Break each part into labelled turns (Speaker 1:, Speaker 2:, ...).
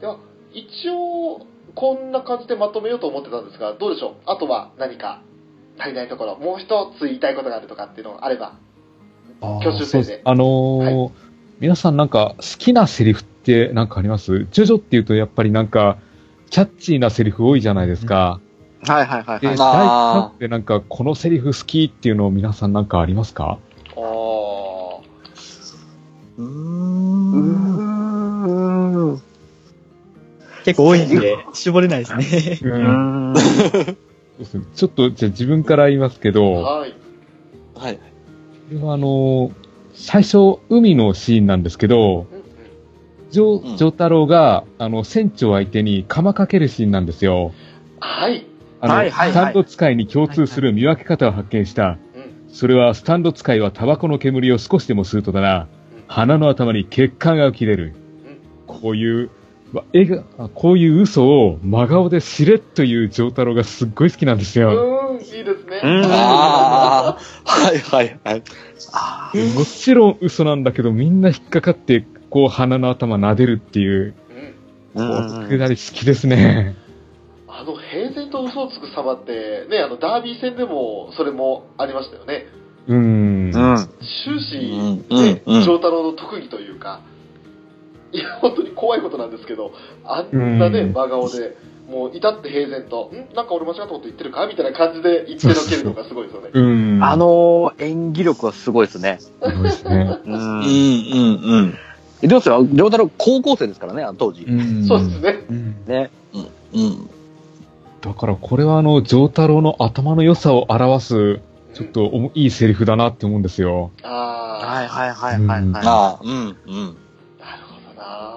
Speaker 1: では、一応、こんな感じでまとめようと思ってたんですが、どうでしょうあとは何か足りないところ、もう一つ言いたいことがあるとかっていうのがあれば。
Speaker 2: あー
Speaker 1: 教習
Speaker 2: そう
Speaker 1: 生で
Speaker 2: ですあのー
Speaker 1: は
Speaker 2: 皆さんなんか好きなセリフってなんかありますジョジョっていうとやっぱりなんかキャッチーなセリフ多いじゃないですか。
Speaker 3: はいはいはい、は
Speaker 2: で、
Speaker 3: い。
Speaker 4: まあ
Speaker 2: 第一感ってなんかこのセリフ好きっていうのを皆さんなんかありますか
Speaker 1: おー。
Speaker 3: う
Speaker 4: う
Speaker 3: ー。
Speaker 4: んん。う
Speaker 5: 結構多いんで、絞れないです
Speaker 2: う
Speaker 5: ね。
Speaker 4: ー ん。
Speaker 2: そうですねちょっとじゃあ自分から言いますけど、
Speaker 1: はい。
Speaker 3: はい。
Speaker 2: これはあのー最初海のシーンなんですけど、
Speaker 1: うんうん
Speaker 2: ジ
Speaker 3: う
Speaker 2: ョ、
Speaker 3: ん
Speaker 2: ジョ太郎が、あの、船長相手に釜かけるシーンなんですよ。
Speaker 1: はい。
Speaker 2: あの、
Speaker 3: はいはいはい
Speaker 2: スタンド使いに共通する見分け方を発見した。
Speaker 1: うん
Speaker 2: それは、スタンド使いはタバコの煙を少しでも吸うとだな、鼻の頭に血管が浮き出る。こういう、ま絵が、こういう嘘を真顔でしれっと言う丈太郎がすっごい好きなんです
Speaker 1: う
Speaker 2: よ。
Speaker 1: ん。うーん、いいですね。
Speaker 3: うんああ、はいはいはい。
Speaker 4: あ
Speaker 2: もちろん嘘なんだけど、みんな引っかかって、こう鼻の頭撫でるっていう、
Speaker 1: うん
Speaker 3: う
Speaker 2: こ
Speaker 3: ん
Speaker 2: うくだり好きですね。
Speaker 1: あの、平然と嘘をつく様って、ね、あの、ダービー戦でも、それもありましたよね。
Speaker 2: うん。
Speaker 3: うん。
Speaker 1: 終始、
Speaker 3: うん
Speaker 1: ね
Speaker 3: うんうん
Speaker 1: 丈太郎の特技というか、いや、本当に怖いことなんですけど、あんなね、
Speaker 2: うん
Speaker 1: 真顔で、もう、至って平然と、んなんか俺間違ったこと言ってるかみたいな感じで言ってのけるのがすごいですよね。
Speaker 2: うん。
Speaker 3: あ、のー演技力はすごいですね。
Speaker 2: すごいですね。
Speaker 4: う
Speaker 3: う
Speaker 4: んう
Speaker 3: ん。
Speaker 4: ん
Speaker 3: えどうですよ、りょうたろう高校生ですからね、あの当時。
Speaker 2: ん
Speaker 1: そうですね。
Speaker 2: うん
Speaker 3: ね。
Speaker 4: うん。
Speaker 2: だからこれはあの、丈太郎の頭の良さを表す、ちょっとおもいいセリフだなって思うんですよ。
Speaker 1: あ
Speaker 3: はいはいはいはいはい。あ
Speaker 4: ああ、うんうん。
Speaker 1: あ、なるほどな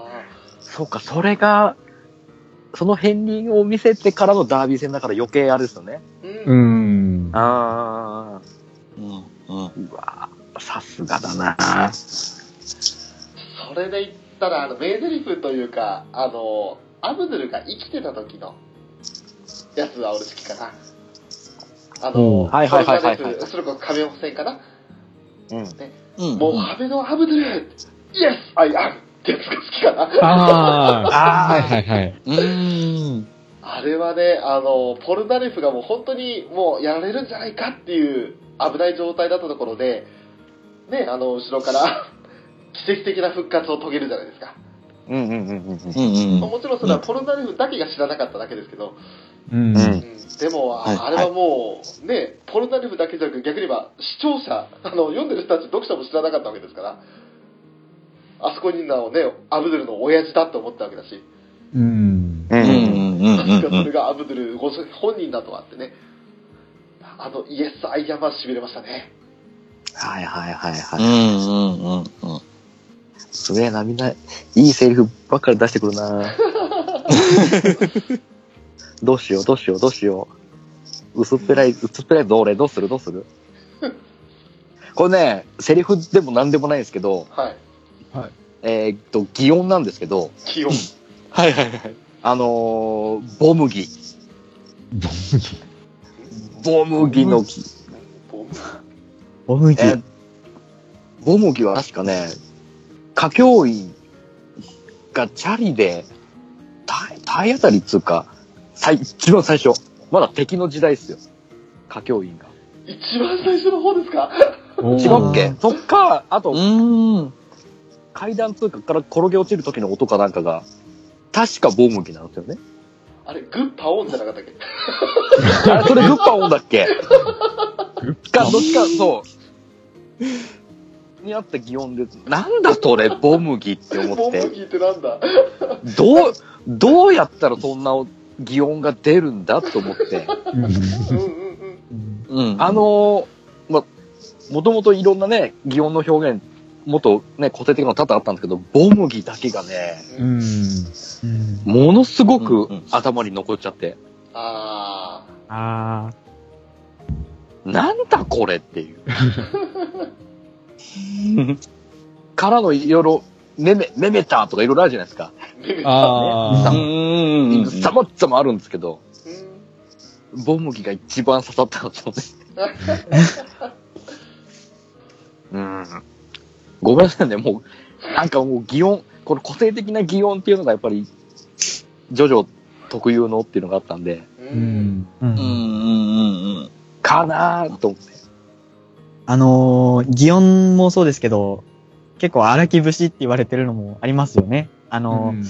Speaker 3: そうか、それが、その片鱗を見せてからのダービー戦だから余計あれですよね。
Speaker 1: う。
Speaker 2: うんん。
Speaker 3: あ
Speaker 4: うんうん。
Speaker 3: あ、うわーさすがだな。
Speaker 1: それで言ったら、あの、名台詞というか、あの、アブドゥルが生きてた時の、やつは俺好きかな。あ
Speaker 2: うん
Speaker 1: の、
Speaker 3: はいはいはいはいはい
Speaker 1: それこそ亀尾戦かな。
Speaker 3: うん。
Speaker 4: うん。
Speaker 1: もう、ハベのアブドゥル、イエス、アイアンってやつが好きかな。
Speaker 2: ああ
Speaker 3: あ
Speaker 2: は
Speaker 3: ー
Speaker 2: いはいはい。
Speaker 4: うん。
Speaker 1: あれはね、あの、ポルナレフがもう本当にもうやられるんじゃないかっていう危ない状態だったところで、ね、あの、後ろから奇跡的な復活を遂げるじゃないですか。
Speaker 3: うんうんうんうんう
Speaker 4: う
Speaker 3: ん。
Speaker 4: ん
Speaker 1: もちろんそれはポルナレフだけが知らなかっただけですけど、
Speaker 2: うん。
Speaker 3: うん
Speaker 1: うんでも、あ
Speaker 4: はい
Speaker 1: あれはもう、ね、ポルナレフだけじゃなく逆に言えば視聴者、あの、読んでる人たち、読者も知らなかったわけですから、あそこになおね、アブドゥルの親父だと思ったわけだし、
Speaker 2: うん。
Speaker 3: う
Speaker 4: うんん
Speaker 3: うん
Speaker 4: うんうん
Speaker 1: 確かそ
Speaker 4: う
Speaker 1: れ
Speaker 4: ん。
Speaker 1: がアブドゥルご存本人だとはってね、あのイエス・アイ・アマしびれましたね。
Speaker 3: はいはいはいは
Speaker 4: う
Speaker 3: い。
Speaker 4: んうんうん。
Speaker 3: すげえな、みんな、いいセリフばっかり出してくるな。どうしよう、どうしよう、どうしよう。薄っぺらい、薄っぺらいぞ、俺、どうする、どうする。これね、セリフでも何でもないんですけど、
Speaker 1: はい。
Speaker 3: えーっと、擬音なんですけど、
Speaker 1: 気温。
Speaker 4: はいはいはい。
Speaker 3: あのー、ボムギ。
Speaker 2: ボ
Speaker 3: ボムギの、
Speaker 1: ボム
Speaker 5: おむき。
Speaker 3: えーボムギは確かね、歌教員がチャリで、体、体当たりっつうか、最、一番最初。まだ敵の時代っすよ。歌教員が。
Speaker 1: 一番最初の方ですか
Speaker 2: ム
Speaker 3: 違うっけ
Speaker 4: うん
Speaker 3: そっか、あと、
Speaker 4: うん。
Speaker 3: 階段通過から転げ落ちる時の音かなんかが、確かボムギなんですよね。
Speaker 1: あれ、グッパオンじゃなかったっけ
Speaker 3: あれ、それグッパ音だっけか、どっちか、そう。にあった擬音で、なんだそれ、ボムギって思
Speaker 1: ボ
Speaker 3: っ
Speaker 1: ム
Speaker 3: て。
Speaker 1: ギってなんだ
Speaker 3: どう、どうやったらそんな擬音が出るんだと思 って。
Speaker 1: うんうんうん。
Speaker 2: うん
Speaker 4: うん。
Speaker 3: あ、のー、ま、もともといろんなね、擬音の表現、もっとね、古典的なの多々あったんですけど、ボムギだけがね、
Speaker 2: うん。
Speaker 3: ものすご
Speaker 4: うん
Speaker 3: く
Speaker 4: うん
Speaker 3: 頭に残っちゃって、
Speaker 1: あ
Speaker 5: ああ。
Speaker 3: なんだこれっ ていう。からのいろいろ、メメ、メメターとかいろいろあるじゃないですか。
Speaker 1: ー、めめた。
Speaker 4: う
Speaker 2: あ
Speaker 4: ん。
Speaker 3: さまざまあるんですけ
Speaker 1: う
Speaker 3: ど、
Speaker 1: ん
Speaker 3: ボムギが一番刺さったのとね。うん。ごめんなさいね、もう、なんかもう擬音、この個性的な擬音っていうのがやっぱりジョジョ特有のっていうのがあったんで、
Speaker 1: う
Speaker 2: う。ん。
Speaker 5: う
Speaker 4: うんうん
Speaker 5: ん
Speaker 4: うんうん。
Speaker 3: かなーと思って。
Speaker 5: あのー、祇園もそうですけど、結構荒木節って言われてるのもありますよね。あのー、
Speaker 2: うん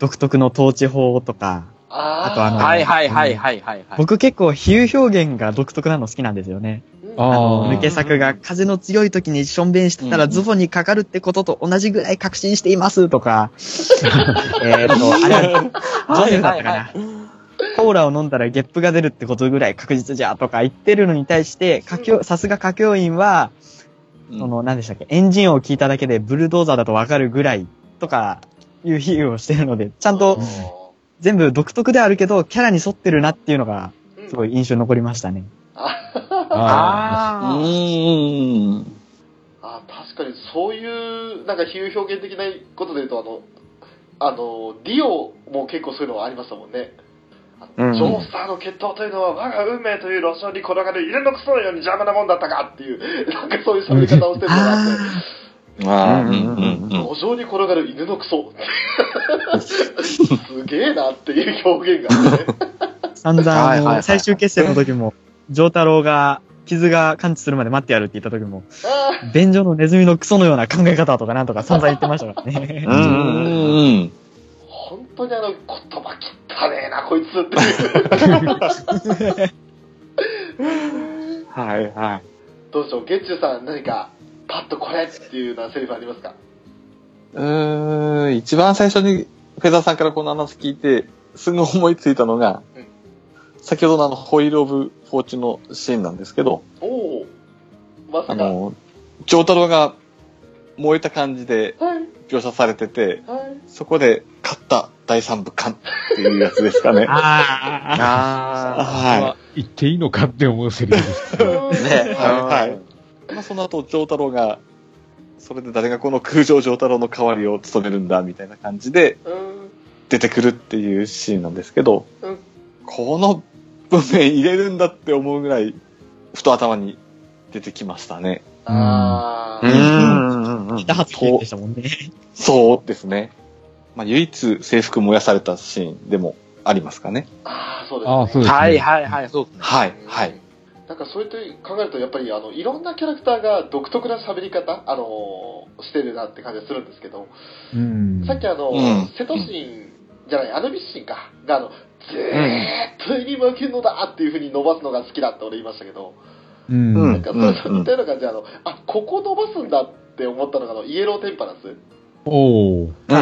Speaker 5: 独特の統治法とか、
Speaker 1: あー
Speaker 5: あとあの
Speaker 3: はいはいはいはいはい、はい。
Speaker 5: 僕結構比喩表現が独特なの好きなんですよね。
Speaker 2: あ
Speaker 5: あ
Speaker 2: ー
Speaker 5: の、抜け作が風の強い時にしょんべんした
Speaker 4: う
Speaker 5: ら
Speaker 4: ん
Speaker 5: ズボンにかかるってことと同じぐらい確信していますとか、えっと、あれは、ジョセフだったかな。コーラを飲んだらゲップが出るってことぐらい確実じゃとか言ってるのに対して、歌教さすが歌教員は、
Speaker 4: うん
Speaker 5: その、何でしたっけ、エンジン音を聞いただけでブルドーザーだとわかるぐらいとか、いう比喩をしてるので、ちゃんと全部独特ではあるけど、キャラに沿ってるなっていうのが、すごい印象に残りましたね。
Speaker 2: あ
Speaker 4: う
Speaker 3: あー
Speaker 4: んうん
Speaker 1: あ確かにそういうなんか比喩表現的なことで言うとあのあのリオも結構そういうのはありましたもんねあの
Speaker 3: うん
Speaker 1: ジョースターの決闘というのは我が運命という路上に転がる犬のクソのように邪魔なもんだったかっていう なんかそういう喋り方をしてるのがあって
Speaker 5: あ
Speaker 4: うん。ああ、うんうんう
Speaker 1: 路上に転がる犬のクソすげえなっていう表現がね
Speaker 5: あ、散々、
Speaker 3: はいはい
Speaker 5: あ
Speaker 3: はい
Speaker 5: の最終決戦の時も、丈太郎が、傷が感知するまで待ってやるって言った時も、
Speaker 1: あー
Speaker 5: 便所のネズミのクソのような考え方とかなんとか散々言ってましたから ね。
Speaker 3: う
Speaker 4: ん。
Speaker 3: ん
Speaker 4: うん。
Speaker 1: 本当にあの言葉汚ねえなこいつっていう
Speaker 3: はいはい。
Speaker 1: どうでしょうゲッチュさん何かパッとこれっていうようなセリフありますか
Speaker 4: うーん、一番最初にフェザーさんからこの話聞いて、すぐ思いついたのが、
Speaker 1: うん
Speaker 4: 先ほどのあの、ホイール・オブ・フォーチュンのシーンなんですけど、
Speaker 1: おおま
Speaker 4: あ
Speaker 1: さかはい
Speaker 4: の、丈太郎が燃えた感じで描写されてて、
Speaker 1: はい
Speaker 4: そこで、勝った第三部巻っていうやつですかね。
Speaker 5: ああ、
Speaker 3: あ
Speaker 4: は
Speaker 2: 言っていいのかって思うセリフです。
Speaker 4: い。ね、は
Speaker 3: はい
Speaker 4: い。はい。まあ、その後、丈太郎が、それで誰がこの空城丈太郎の代わりを務めるんだ、みたいな感じで、
Speaker 1: うん
Speaker 4: 出てくるっていうシーンなんですけど、
Speaker 1: うん
Speaker 4: この文明入れるんだって思うぐらい、ふと頭に出てきましたね。
Speaker 1: あ
Speaker 3: ー。
Speaker 1: ー
Speaker 3: うん。うん
Speaker 5: 北発見でしたもんね。
Speaker 4: そうですね。まあ、唯一制服燃やされたシーンでもありますかね。
Speaker 1: あーそうですね
Speaker 2: ああ、そうですね。
Speaker 3: はいはいはい、そうですね。
Speaker 4: はい、はい。
Speaker 1: なんかそうやって考えるとやっぱりあのいろんなキャラクターが独特な喋り方、あのーしてるなって感じがするんですけど、
Speaker 2: うん。
Speaker 1: さっきあの、
Speaker 4: うん
Speaker 1: セトシンじゃないアヌビスシンかがあの絶対に負けんのだっていうふうに伸ばすのが好きだって俺言いましたけど、
Speaker 2: うん。
Speaker 4: う
Speaker 1: なんかそう
Speaker 4: うんうん
Speaker 1: 似たような感じであのあここ伸ばすんだって思ったのがあのイエローテンパランス
Speaker 2: おー。
Speaker 4: うんうんうん。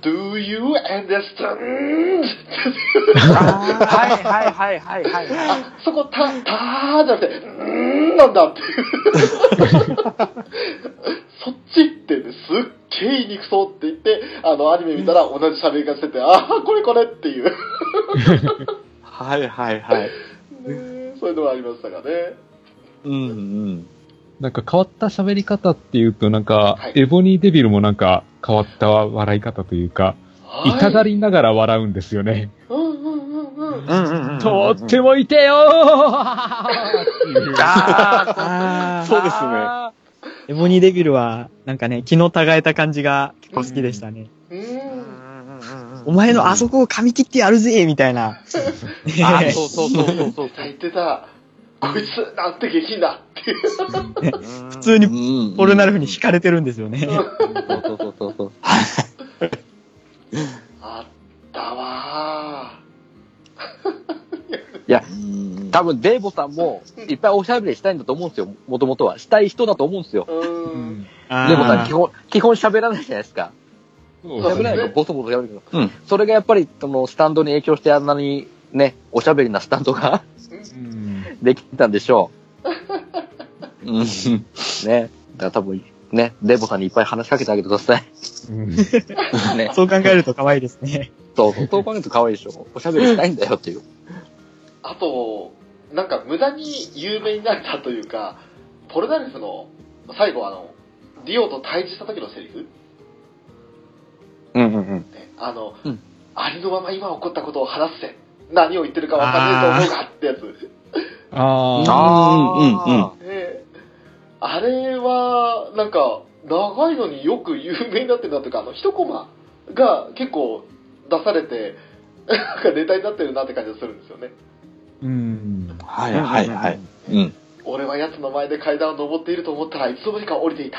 Speaker 1: Do you understand?
Speaker 3: はいはいはいはいはいはい。
Speaker 1: あ、そこ、た、たーじゃなくて、うーんなんだっていう。そっちってね、すっげえ言いにくそうって言って、あの、アニメ見たら同じ喋り方してて、ああ、これこれっていう。
Speaker 4: はい、はい、はい。
Speaker 1: ねそういうのがありましたかね。
Speaker 4: うんうん。
Speaker 2: なんか変わった喋り方っていうと、なんか
Speaker 1: はい、
Speaker 2: エボニーデビルもなんか変わった笑い方というか、いたが
Speaker 1: り。
Speaker 2: りながら笑うんですよね。
Speaker 1: うんうんうんうん。
Speaker 3: うんうんうん。
Speaker 2: とってもいてよーっていう
Speaker 3: あ
Speaker 5: あ
Speaker 4: そ
Speaker 5: あ、
Speaker 4: うですね。
Speaker 5: エボニーデビルは、なんかね、気のたがえた感じが結構好きでしたね。
Speaker 1: う
Speaker 3: ー
Speaker 1: ん。
Speaker 5: お前のあそこを噛み切ってやるぜみたいな。
Speaker 3: あ ー、そうそうそうそうそう。
Speaker 1: 言ってた。こいつ、なんて下品だっていう。
Speaker 3: 普
Speaker 5: 普通に
Speaker 4: うん
Speaker 5: ポルナルフに惹かれてるんですよね。
Speaker 3: そう そうそうそうそう。
Speaker 1: あったわ
Speaker 4: うん
Speaker 3: 多分デーボさんもいっぱいおしゃべりしたいんだと思うんですよ。もともとは。したい人だと思うんですよ
Speaker 1: ー。。う。
Speaker 2: うんん
Speaker 5: あー
Speaker 3: デーボさん基本、基本喋らないじゃないですか。
Speaker 2: そう
Speaker 1: ですね
Speaker 2: で
Speaker 3: 喋
Speaker 2: す
Speaker 3: らない
Speaker 2: ね。
Speaker 3: のボソボソ喋るけど。
Speaker 4: うん
Speaker 3: それがやっぱり、その、スタンドに影響してあんなにね、おしゃべりなスタンドが
Speaker 2: うん
Speaker 3: できたんでしょ
Speaker 4: うん
Speaker 3: う。ね。だから多分、ね、デーボさんにいっぱい話しかけてあげてください。
Speaker 2: うん
Speaker 3: ね。
Speaker 5: そう考えると可愛いですね。
Speaker 3: そう、そう考えると可愛いでしょ。おしゃべりしたいんだよっていう。
Speaker 1: あと、なんか無駄に有名になったというか、ポルナレフの最後あの、リオと対峙した時のセリフ、
Speaker 4: うんうんうん。
Speaker 1: ねあの、
Speaker 4: うん
Speaker 1: ありのまま今起こったことを話せ。何を言ってるかわかんねえと思うかってやつ。ね
Speaker 2: あ
Speaker 4: あーうんうんうん
Speaker 1: えあれは、なんか、長いのによく有名になってたというか、あの、一コマが結構出されて、なんかネタになってるなって感じがするんですよね。
Speaker 2: うん。
Speaker 4: はいはいはい。
Speaker 3: うん。
Speaker 1: 俺は奴の前で階段を登っていると思ったらいつの間にか降りていた。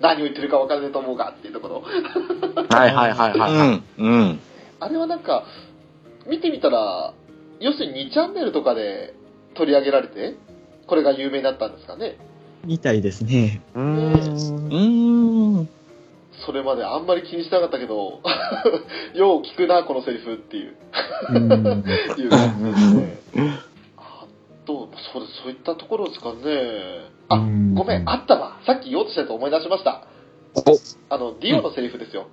Speaker 1: 何を言ってるか分からないと思うがっていうところ。
Speaker 3: はいはいはいはい。うん。うん。
Speaker 1: あれはなんか、見てみたら、要するに2チャンネルとかで取り上げられて、これが有名になったんですかね。
Speaker 5: みたいですね。
Speaker 4: う
Speaker 3: うーん。
Speaker 1: それまであんまり気にしなかったけど、 よう聞くな、このセリフっていう。
Speaker 2: う
Speaker 1: い
Speaker 2: ん
Speaker 1: う感じですね。あと、そうですそういったところですかね。あ、
Speaker 2: うん
Speaker 1: ごめん、あったわ。さっき言おうとしたやつ思い出しました。
Speaker 3: お
Speaker 1: あの、ディオのセリフですよ。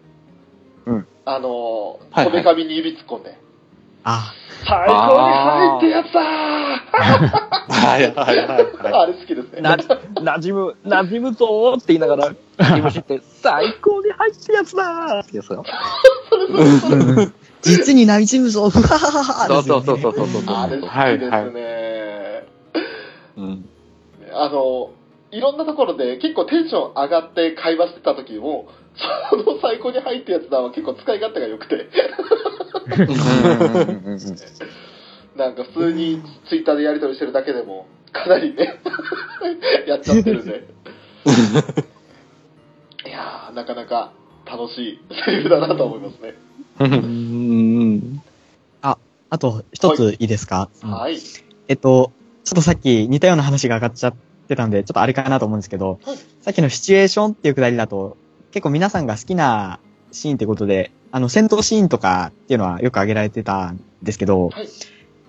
Speaker 3: うん。
Speaker 1: あの、
Speaker 4: はいはい
Speaker 1: こめかみに指突っ込んで。
Speaker 5: あ、
Speaker 1: 最高に入ってやつだ
Speaker 4: はいはいはい
Speaker 1: ー
Speaker 4: は
Speaker 1: あれ好きですね。
Speaker 3: な、なじむ、なじむぞーって言いながら、なじむしって、最高に入ってるやつだーってやつだよ。
Speaker 5: 実に馴染むぞ、ふはははは。
Speaker 3: そうそうそうそうそうそう。
Speaker 1: あれ好きですね。
Speaker 3: うん。
Speaker 1: あの、いろんなところで結構テンション上がって会話してた時も、その最高に入ってやつだは結構使い勝手が良くて、なんか普通にツイッターでやり取りしてるだけでも、かなりね、 やっちゃってるんで。いやー、なかなか楽しいセリフだなと思いますね。
Speaker 4: い。
Speaker 5: あと、一ついいですか、
Speaker 1: はい。
Speaker 5: えっと、ちょっとさっき似たような話が上がっちゃってたんで、ちょっとあれかなと思うんですけど、
Speaker 1: はい
Speaker 5: さっきのシチュエーションっていうくだりだと、結構皆さんが好きなシーンってことで、あの、戦闘シーンとかっていうのはよく挙げられてたんですけど、
Speaker 1: はい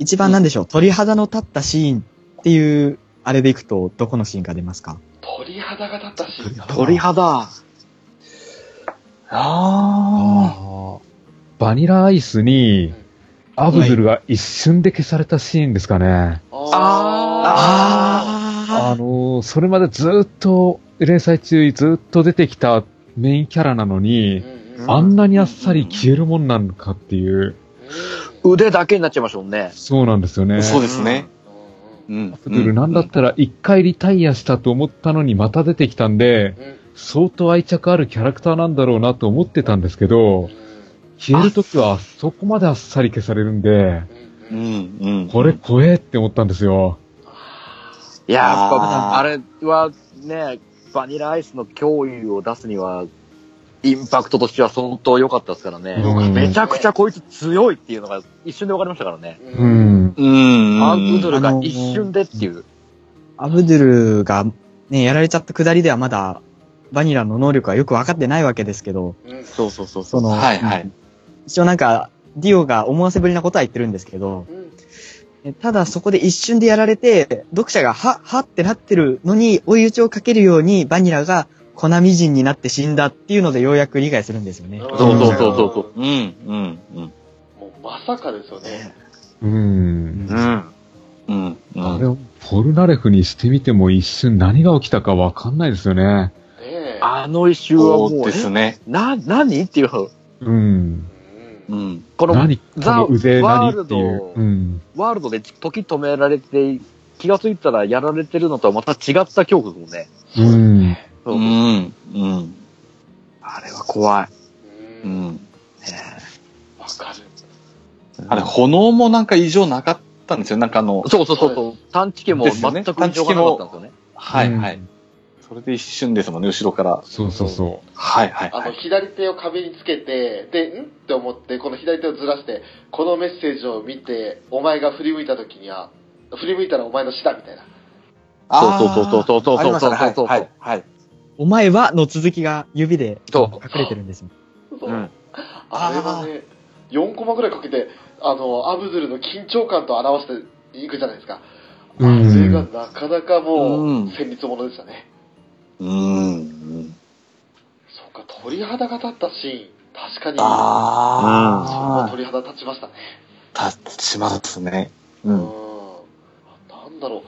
Speaker 5: 一番なんでしょう、鳥肌の立ったシーンっていう、あれでいくと、どこのシーンが出ますか
Speaker 1: 鳥肌が立ったし、
Speaker 3: 鳥肌。あ
Speaker 5: あ
Speaker 2: バニラアイスに、アブドゥルが一瞬で消されたシーンですかね。
Speaker 1: あー
Speaker 5: あ
Speaker 2: あのーそれまでずっと、連載中ずっと出てきたメインキャラなの
Speaker 1: うん
Speaker 2: に、
Speaker 1: うんうん
Speaker 2: あんなにあっさり消えるもんなんかっていう、
Speaker 3: ー。腕だけになっちゃいましたもんね。
Speaker 2: そうなんですよね。
Speaker 4: そうですね。
Speaker 1: う
Speaker 3: うん。
Speaker 2: アブドゥルなんだったら一回リタイアしたと思ったのにまた出てきたんで、
Speaker 1: んうんうん
Speaker 2: 相当愛着あるキャラクターなんだろうなと思ってたんですけど、消えるときはそこまであっさり消されるんで、
Speaker 1: うんう
Speaker 4: う
Speaker 1: ん
Speaker 4: んうん。
Speaker 2: これ怖えって思ったんですよ。
Speaker 3: いやーやっ
Speaker 4: あー
Speaker 3: ぱ、あれはね、バニラアイスの脅威を出すには、インパクトとしては相当良かったですからね。
Speaker 2: うん
Speaker 3: めちゃくちゃこいつ強いっていうのが一瞬で分かりましたからね。
Speaker 2: う
Speaker 1: うん
Speaker 2: ん。
Speaker 4: うん。
Speaker 3: アンプドルが一瞬でっていう。
Speaker 5: アブドゥルが、ね、やられちゃったくだりではまだ、バニラの能力はよくわかってないわけですけど、
Speaker 1: うん
Speaker 4: そうそうそう。
Speaker 5: その、
Speaker 4: はいはい。
Speaker 5: 一応なんか、ディオが思わせぶりなことは言ってるんですけど、
Speaker 1: うん
Speaker 5: えただそこで一瞬でやられて、読者がは、はってなってるのに、追い打ちをかけるようにバニラが粉みじんになって死んだっていうのでようやく理解するんですよね。
Speaker 3: そうう
Speaker 2: そ
Speaker 3: そうう
Speaker 2: そ
Speaker 3: そうう
Speaker 1: そ
Speaker 3: そうう
Speaker 1: そ
Speaker 3: そうう。うん、うん、うん。
Speaker 1: もうまさかですよね。
Speaker 2: うん。
Speaker 3: うん。うん。
Speaker 2: あれをポルナレフにしてみても一瞬何が起きたかわかんないですよね。
Speaker 1: ねえ。
Speaker 3: あの一瞬はも
Speaker 4: そう
Speaker 3: う、
Speaker 4: です
Speaker 3: え
Speaker 4: ね。
Speaker 3: な、何っていう。
Speaker 2: うん。
Speaker 1: う
Speaker 3: うんん。この、
Speaker 2: 何こ
Speaker 3: ザ
Speaker 2: の腕
Speaker 3: ワ
Speaker 2: 何
Speaker 3: ール
Speaker 2: って
Speaker 3: ド
Speaker 2: いう。うん。
Speaker 3: ワールドで時止められて、気がついたらやられてるのとはまた違った恐怖もね。
Speaker 2: うん。
Speaker 3: そう
Speaker 4: うん。うん。
Speaker 3: あれは怖い。
Speaker 1: う。
Speaker 4: うんん。
Speaker 1: わかる。
Speaker 4: あれ、炎もなんか異常なかったんですよ。なんかあの、
Speaker 3: そうそうそうそう。探知機も
Speaker 4: ですよね
Speaker 3: 全く異常がなかったんですよね。
Speaker 4: はい
Speaker 2: うん
Speaker 4: はい。それで一瞬ですもんね、後ろから。
Speaker 2: そうそうそ
Speaker 4: はいはい
Speaker 1: あ
Speaker 4: は
Speaker 1: の、
Speaker 4: い。
Speaker 1: 左手を壁につけて、で、んって思って、この左手をずらして、このメッセージを見て、お前が振り向いた時には、振り向いたらお前の死だみたいな。
Speaker 4: あー
Speaker 3: そうそうそうそうそうそう
Speaker 4: ありましたね
Speaker 3: そうそうそう
Speaker 4: はいはいはい。
Speaker 5: お前はの続きが指で
Speaker 3: そ
Speaker 5: 隠れてるんですよ。
Speaker 1: そう
Speaker 4: うん
Speaker 1: あれはね、4コマぐらいかけて、あの、アブズルの緊張感と表していくじゃないですか。あ
Speaker 2: うん
Speaker 1: れがなかなかも
Speaker 4: う
Speaker 1: う、
Speaker 4: ん
Speaker 1: 戦慄ものでしたね。
Speaker 4: うん。
Speaker 1: そうか、鳥肌が立ったシーン、確かに、
Speaker 4: あ
Speaker 1: そ
Speaker 4: あ。
Speaker 1: う鳥肌立ちましたね。
Speaker 4: 立ちますね。
Speaker 1: う。
Speaker 4: うん
Speaker 1: なんだろう、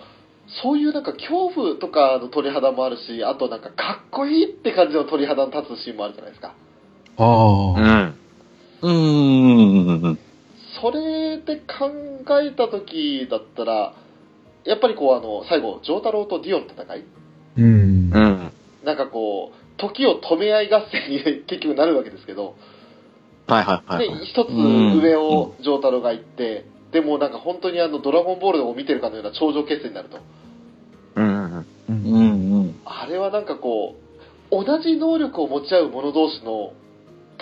Speaker 1: そういうなんか恐怖とかの鳥肌もあるし、あとなんかかっこいいって感じの鳥肌の立つシーンもあるじゃないですか。
Speaker 2: う。ああ。
Speaker 4: ん。うん。
Speaker 1: それで考えた時だったら、やっぱりこうあの、最後、ジョータロウとディオンの戦い
Speaker 2: うん。
Speaker 4: ん。
Speaker 1: なんかこう、時を止め合い合戦に結局なるわけですけど、
Speaker 3: はいはいは
Speaker 1: で
Speaker 3: いはい。、
Speaker 1: 一つ上を丈太郎が行って、でもなんか本当にあの、ドラゴンボールを見てるかのような頂上決戦になると。
Speaker 3: うんうん
Speaker 5: うん
Speaker 4: うんうん。
Speaker 1: あれはなんかこう、同じ能力を持ち合う者同士の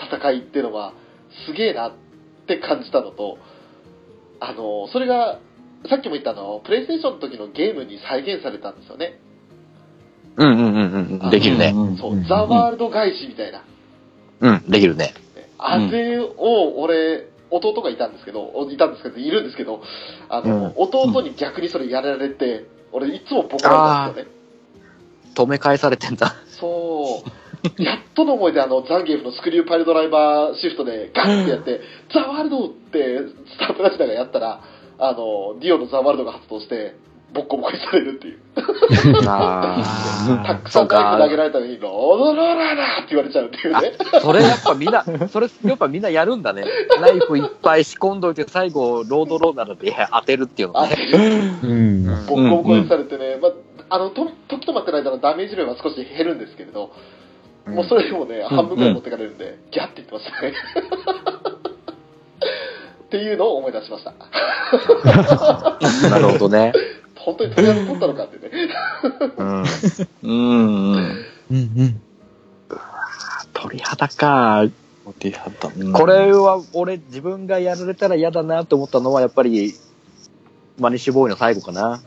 Speaker 1: 戦いっていうのは、すげえなって感じたのと、あの、それが、さっきも言ったあの、プレイステーションの時のゲームに再現されたんですよね。
Speaker 3: うんうんうんうん。できるね。
Speaker 1: そうう、
Speaker 2: ん
Speaker 1: ザ・ワールド返しみたいな。
Speaker 3: うん、できるね。
Speaker 1: あれを俺、弟がいたんですけど、おいたんですけど、いるんですけど、あの、
Speaker 3: うん
Speaker 1: 弟に逆にそれやられて、俺いつもボコられたんですよね。
Speaker 3: 止め返されてんだ。
Speaker 1: そう。やっとの思いであの、ザンゲーフのスクリューパイルドライバーシフトでガッってやって、ザワールドってスタートラシナがやったら、あの、ディオのザワールドが発動して、ボッコボコにされるっていう。
Speaker 3: あ
Speaker 1: たくさんナイフ投げられたのに、ロードローラーだって言われちゃうっていうね。
Speaker 3: ーそれやっぱみんな、それやっぱみんなやるんだね。ナイフいっぱい仕込んどいて最後、ロードローなので当てるっていうの
Speaker 1: あ
Speaker 3: ね。
Speaker 2: うん。
Speaker 1: ボッコボコにされてね、まあ、あのと時と待ってる間のダメージ量は少し減るんですけれど、もうそれでもね、半分ぐらい持ってかれるんで、ギャって言ってました ね。っていうのを思い出しました。
Speaker 3: なるほどね。
Speaker 1: 本当にとりあえず取ったのかってね。
Speaker 3: う
Speaker 4: う
Speaker 3: ん。
Speaker 4: んうん。
Speaker 5: うん
Speaker 3: 鳥肌か。
Speaker 4: 鳥肌。
Speaker 3: これは俺自分がやられたら嫌だなと思ったのはやっぱり、マニッシュボーイの最後かな。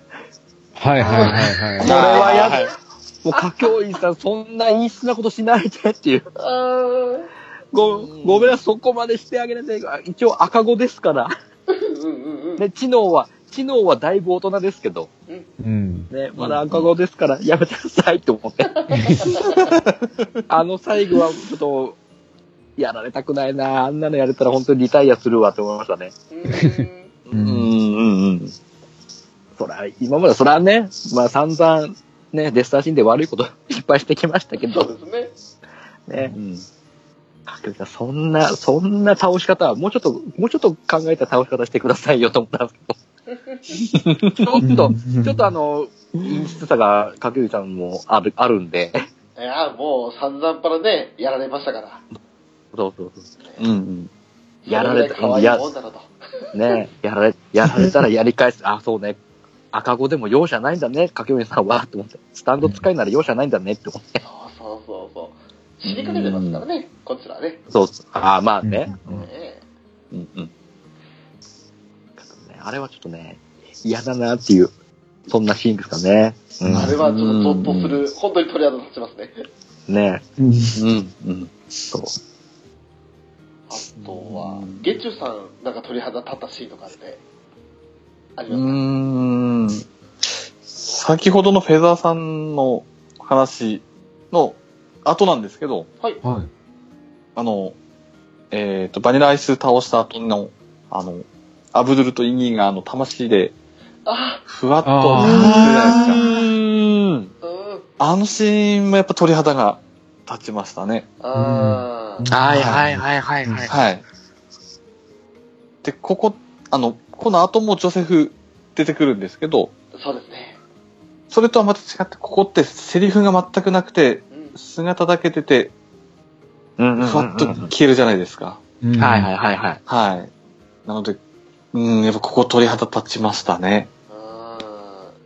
Speaker 2: はいはいはいは
Speaker 3: こ
Speaker 2: い。
Speaker 3: れはや
Speaker 4: は
Speaker 3: だ
Speaker 4: い。
Speaker 3: もう、歌教員さん、そんな陰湿なことしないでっていう。
Speaker 1: あ
Speaker 3: ご、ごめんなさい、そこまでしてあげれない。あ一応赤子ですから。
Speaker 1: ーうんうんうん。
Speaker 3: ね、知能は、知能はだいぶ大人ですけど、
Speaker 2: うん。
Speaker 3: ね、まだ赤子ですから、やめてくださいって思 って。あの最後は、ちょっと、やられたくないなあんなのやれたら本当にリタイアするわって思いましたね。
Speaker 1: うん
Speaker 2: う
Speaker 3: うんんうんうん。そら、今までそらね、まあ散々、ね、デスターシーンで悪いこと いっぱいしてきましたけ
Speaker 1: そう
Speaker 3: ど、
Speaker 1: です
Speaker 3: ね。かけるさんそんな、そんな倒し方は、もうちょっと、もうちょっと考えた倒し方してくださいよと思ったん ですけど。ちょっと、ちょっとあの、陰湿さが、かけるさんもある、あるんで。
Speaker 1: ね。いや、もう散々パラね、やられましたから。
Speaker 3: そうそうそ
Speaker 4: うんうん。
Speaker 3: う。やられた、
Speaker 1: そぐら
Speaker 3: い
Speaker 1: い可愛
Speaker 3: や
Speaker 1: い、もんだなと。
Speaker 3: ねやられ、やられたらやり返す。あ、そうね。赤子でも容赦ないんだね、かけるさんは、と思って。スタンド使いなら容赦ないんだね、って思って。
Speaker 1: そうそうそうそう。死にかけてますからね、こちらはね。
Speaker 3: そうそう。あ、まあね。
Speaker 1: ねえ
Speaker 3: うんうん。あれはちょっとね、嫌だなっていう、そんなシーンですかね。うん
Speaker 1: あれはちょっとゾッとする、本当に鳥肌立ちますね。
Speaker 3: ね
Speaker 5: うん。
Speaker 3: うん、うん。そう。
Speaker 1: あとは、ゲチュさん、なんか鳥肌立ったシーンとかって、あり
Speaker 4: う
Speaker 1: ますか
Speaker 4: ーん。先ほどのフェザーさんの話の後なんですけど、
Speaker 2: はい。
Speaker 4: あの、えっ、と、バニラアイス倒した後の、あの、アブドゥルとイニーがあの、魂で、
Speaker 1: あ
Speaker 4: ふわっと
Speaker 2: あー
Speaker 4: 浮いてるじゃないですか。
Speaker 3: うん。
Speaker 1: うん。
Speaker 4: あのシーンもやっぱ鳥肌が立ちましたね。
Speaker 1: あー
Speaker 3: はいはいはいはいはい。
Speaker 4: はい。で、ここ、あの、この後もジョセフ出てくるんですけど、
Speaker 1: そうですね。
Speaker 4: それとはまた違って、ここってセリフが全くなくて、
Speaker 1: うん。
Speaker 4: 姿だけ出て、
Speaker 3: うん
Speaker 4: ふわっと消えるじゃないですか。
Speaker 2: うん
Speaker 3: はいはいはいはい。
Speaker 4: はい。なので、うん、やっぱここ鳥肌立ちましたね。
Speaker 1: あ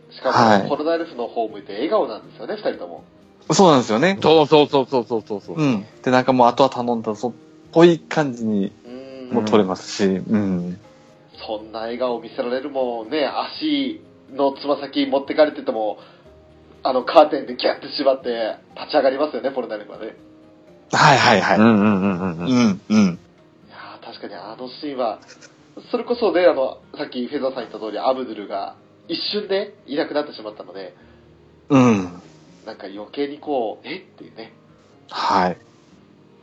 Speaker 1: ーしかも、
Speaker 4: はい
Speaker 1: コロナエルフの方向いて笑顔なんですよね、二人とも。
Speaker 4: そうなんですよね。
Speaker 3: そうそうそうそうそうそう。う
Speaker 4: うん。で、なんかもう後は頼んだぞ、っぽい感じに
Speaker 1: うん。
Speaker 4: も取れますし、うん。
Speaker 1: そんな笑顔見せられるもんね、足のつま先持ってかれてても、あのカーテンでギャッて縛って立ち上がりますよね、ポルナエルフはね。
Speaker 4: はいはいはい。
Speaker 3: んうんうんうん。
Speaker 4: ん、う
Speaker 1: い
Speaker 4: ん。
Speaker 1: やー確かにあのシーンは、それこそね、あの、さっきフェザーさん言った通り、アブドゥルが一瞬でいなくなってしまったので、
Speaker 4: うん。
Speaker 1: なんか余計にこう、えっていうね。
Speaker 4: はい。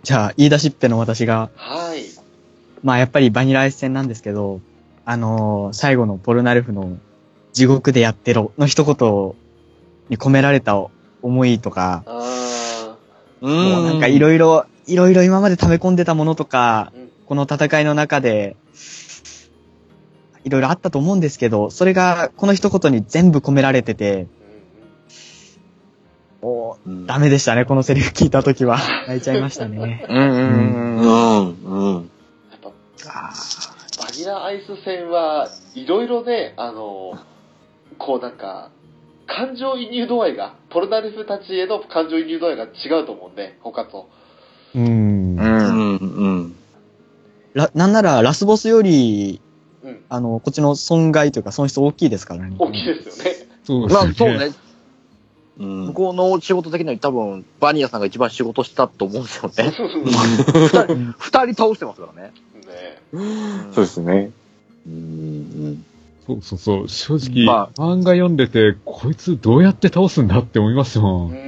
Speaker 5: じゃあ、言い出しっぺの私が、
Speaker 1: はい。
Speaker 5: まあやっぱりバニラアイス戦なんですけど、あのー最後のポルナレフの地獄でやってろの一言に込められた思いとか、
Speaker 1: あ
Speaker 4: う
Speaker 5: もうなんかいろいろ、いろいろ今まで溜め込んでたものとか
Speaker 1: うん、
Speaker 5: この戦いの中で、いろいろあったと思うんですけど、それがこの一言に全部込められてて、
Speaker 1: ーうん
Speaker 5: もう ダメでしたね、このセリフ聞いた時は。泣いちゃいましたね。
Speaker 3: うんうんうん。
Speaker 4: うん、うん。
Speaker 1: ニラアイス戦はいろいろね、あの、こうなんか、感情移入度合いが、ポルナレフたちへの感情移入度合いが違うと思うんで、他と。
Speaker 2: うん。
Speaker 4: うん、うん。
Speaker 5: らなんなら、ラスボスより、
Speaker 1: うん
Speaker 5: あの、こっちの損害というか損失大きいですからね。
Speaker 1: 大きいですよね。
Speaker 2: そうで
Speaker 3: まあ
Speaker 2: すね。
Speaker 3: そうね。
Speaker 4: うん
Speaker 3: 向こうの仕事的には多分、バニアさんが一番仕事したと思うんですよ ね。
Speaker 5: うん
Speaker 3: 二人倒してますからね。
Speaker 1: ね
Speaker 4: そうですね。うん、
Speaker 2: そうそうそう。正直、
Speaker 3: ま
Speaker 2: 漫画読んでて、こいつどうやって倒すんだって思います
Speaker 1: う
Speaker 2: もん。
Speaker 1: ん。
Speaker 3: う
Speaker 4: うん、
Speaker 3: ん
Speaker 4: う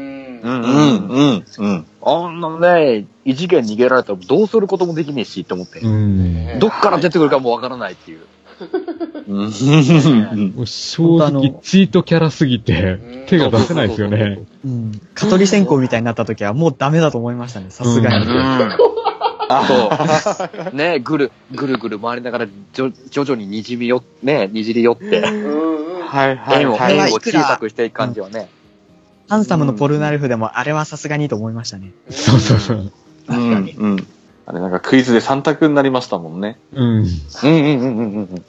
Speaker 4: ん、うん、うん。
Speaker 3: あんなね、異次元逃げられたらどうすることもできねえし、と思って
Speaker 2: う。ん。
Speaker 3: どっから出てくるかもわからないっていう。
Speaker 4: うん
Speaker 2: もう正
Speaker 5: 本当あ
Speaker 2: 直
Speaker 5: の、
Speaker 2: チートキャラすぎて、手が出せないですよね。
Speaker 5: うん。蚊取り線香みたいになった時はもうダメだと思いましたね、さすがに。
Speaker 3: そう。ねぐる、ぐるぐる回りながら、じょ徐々ににじみよ、ねにじり寄って、
Speaker 1: うんうん。
Speaker 4: はい、はい、
Speaker 3: 円を、
Speaker 4: は
Speaker 5: れ
Speaker 4: い。
Speaker 5: は
Speaker 3: 円
Speaker 5: い
Speaker 3: を
Speaker 5: くら
Speaker 3: 小さくしていく感じはね。
Speaker 5: ハンサムのポルナレフでもあれはさすがにと思いましたね。
Speaker 2: そうそうそう。
Speaker 4: うん、うん。あれ、なんかクイズで3択になりましたもんね。
Speaker 2: うん。
Speaker 4: うん、うん、うん、うん、うん。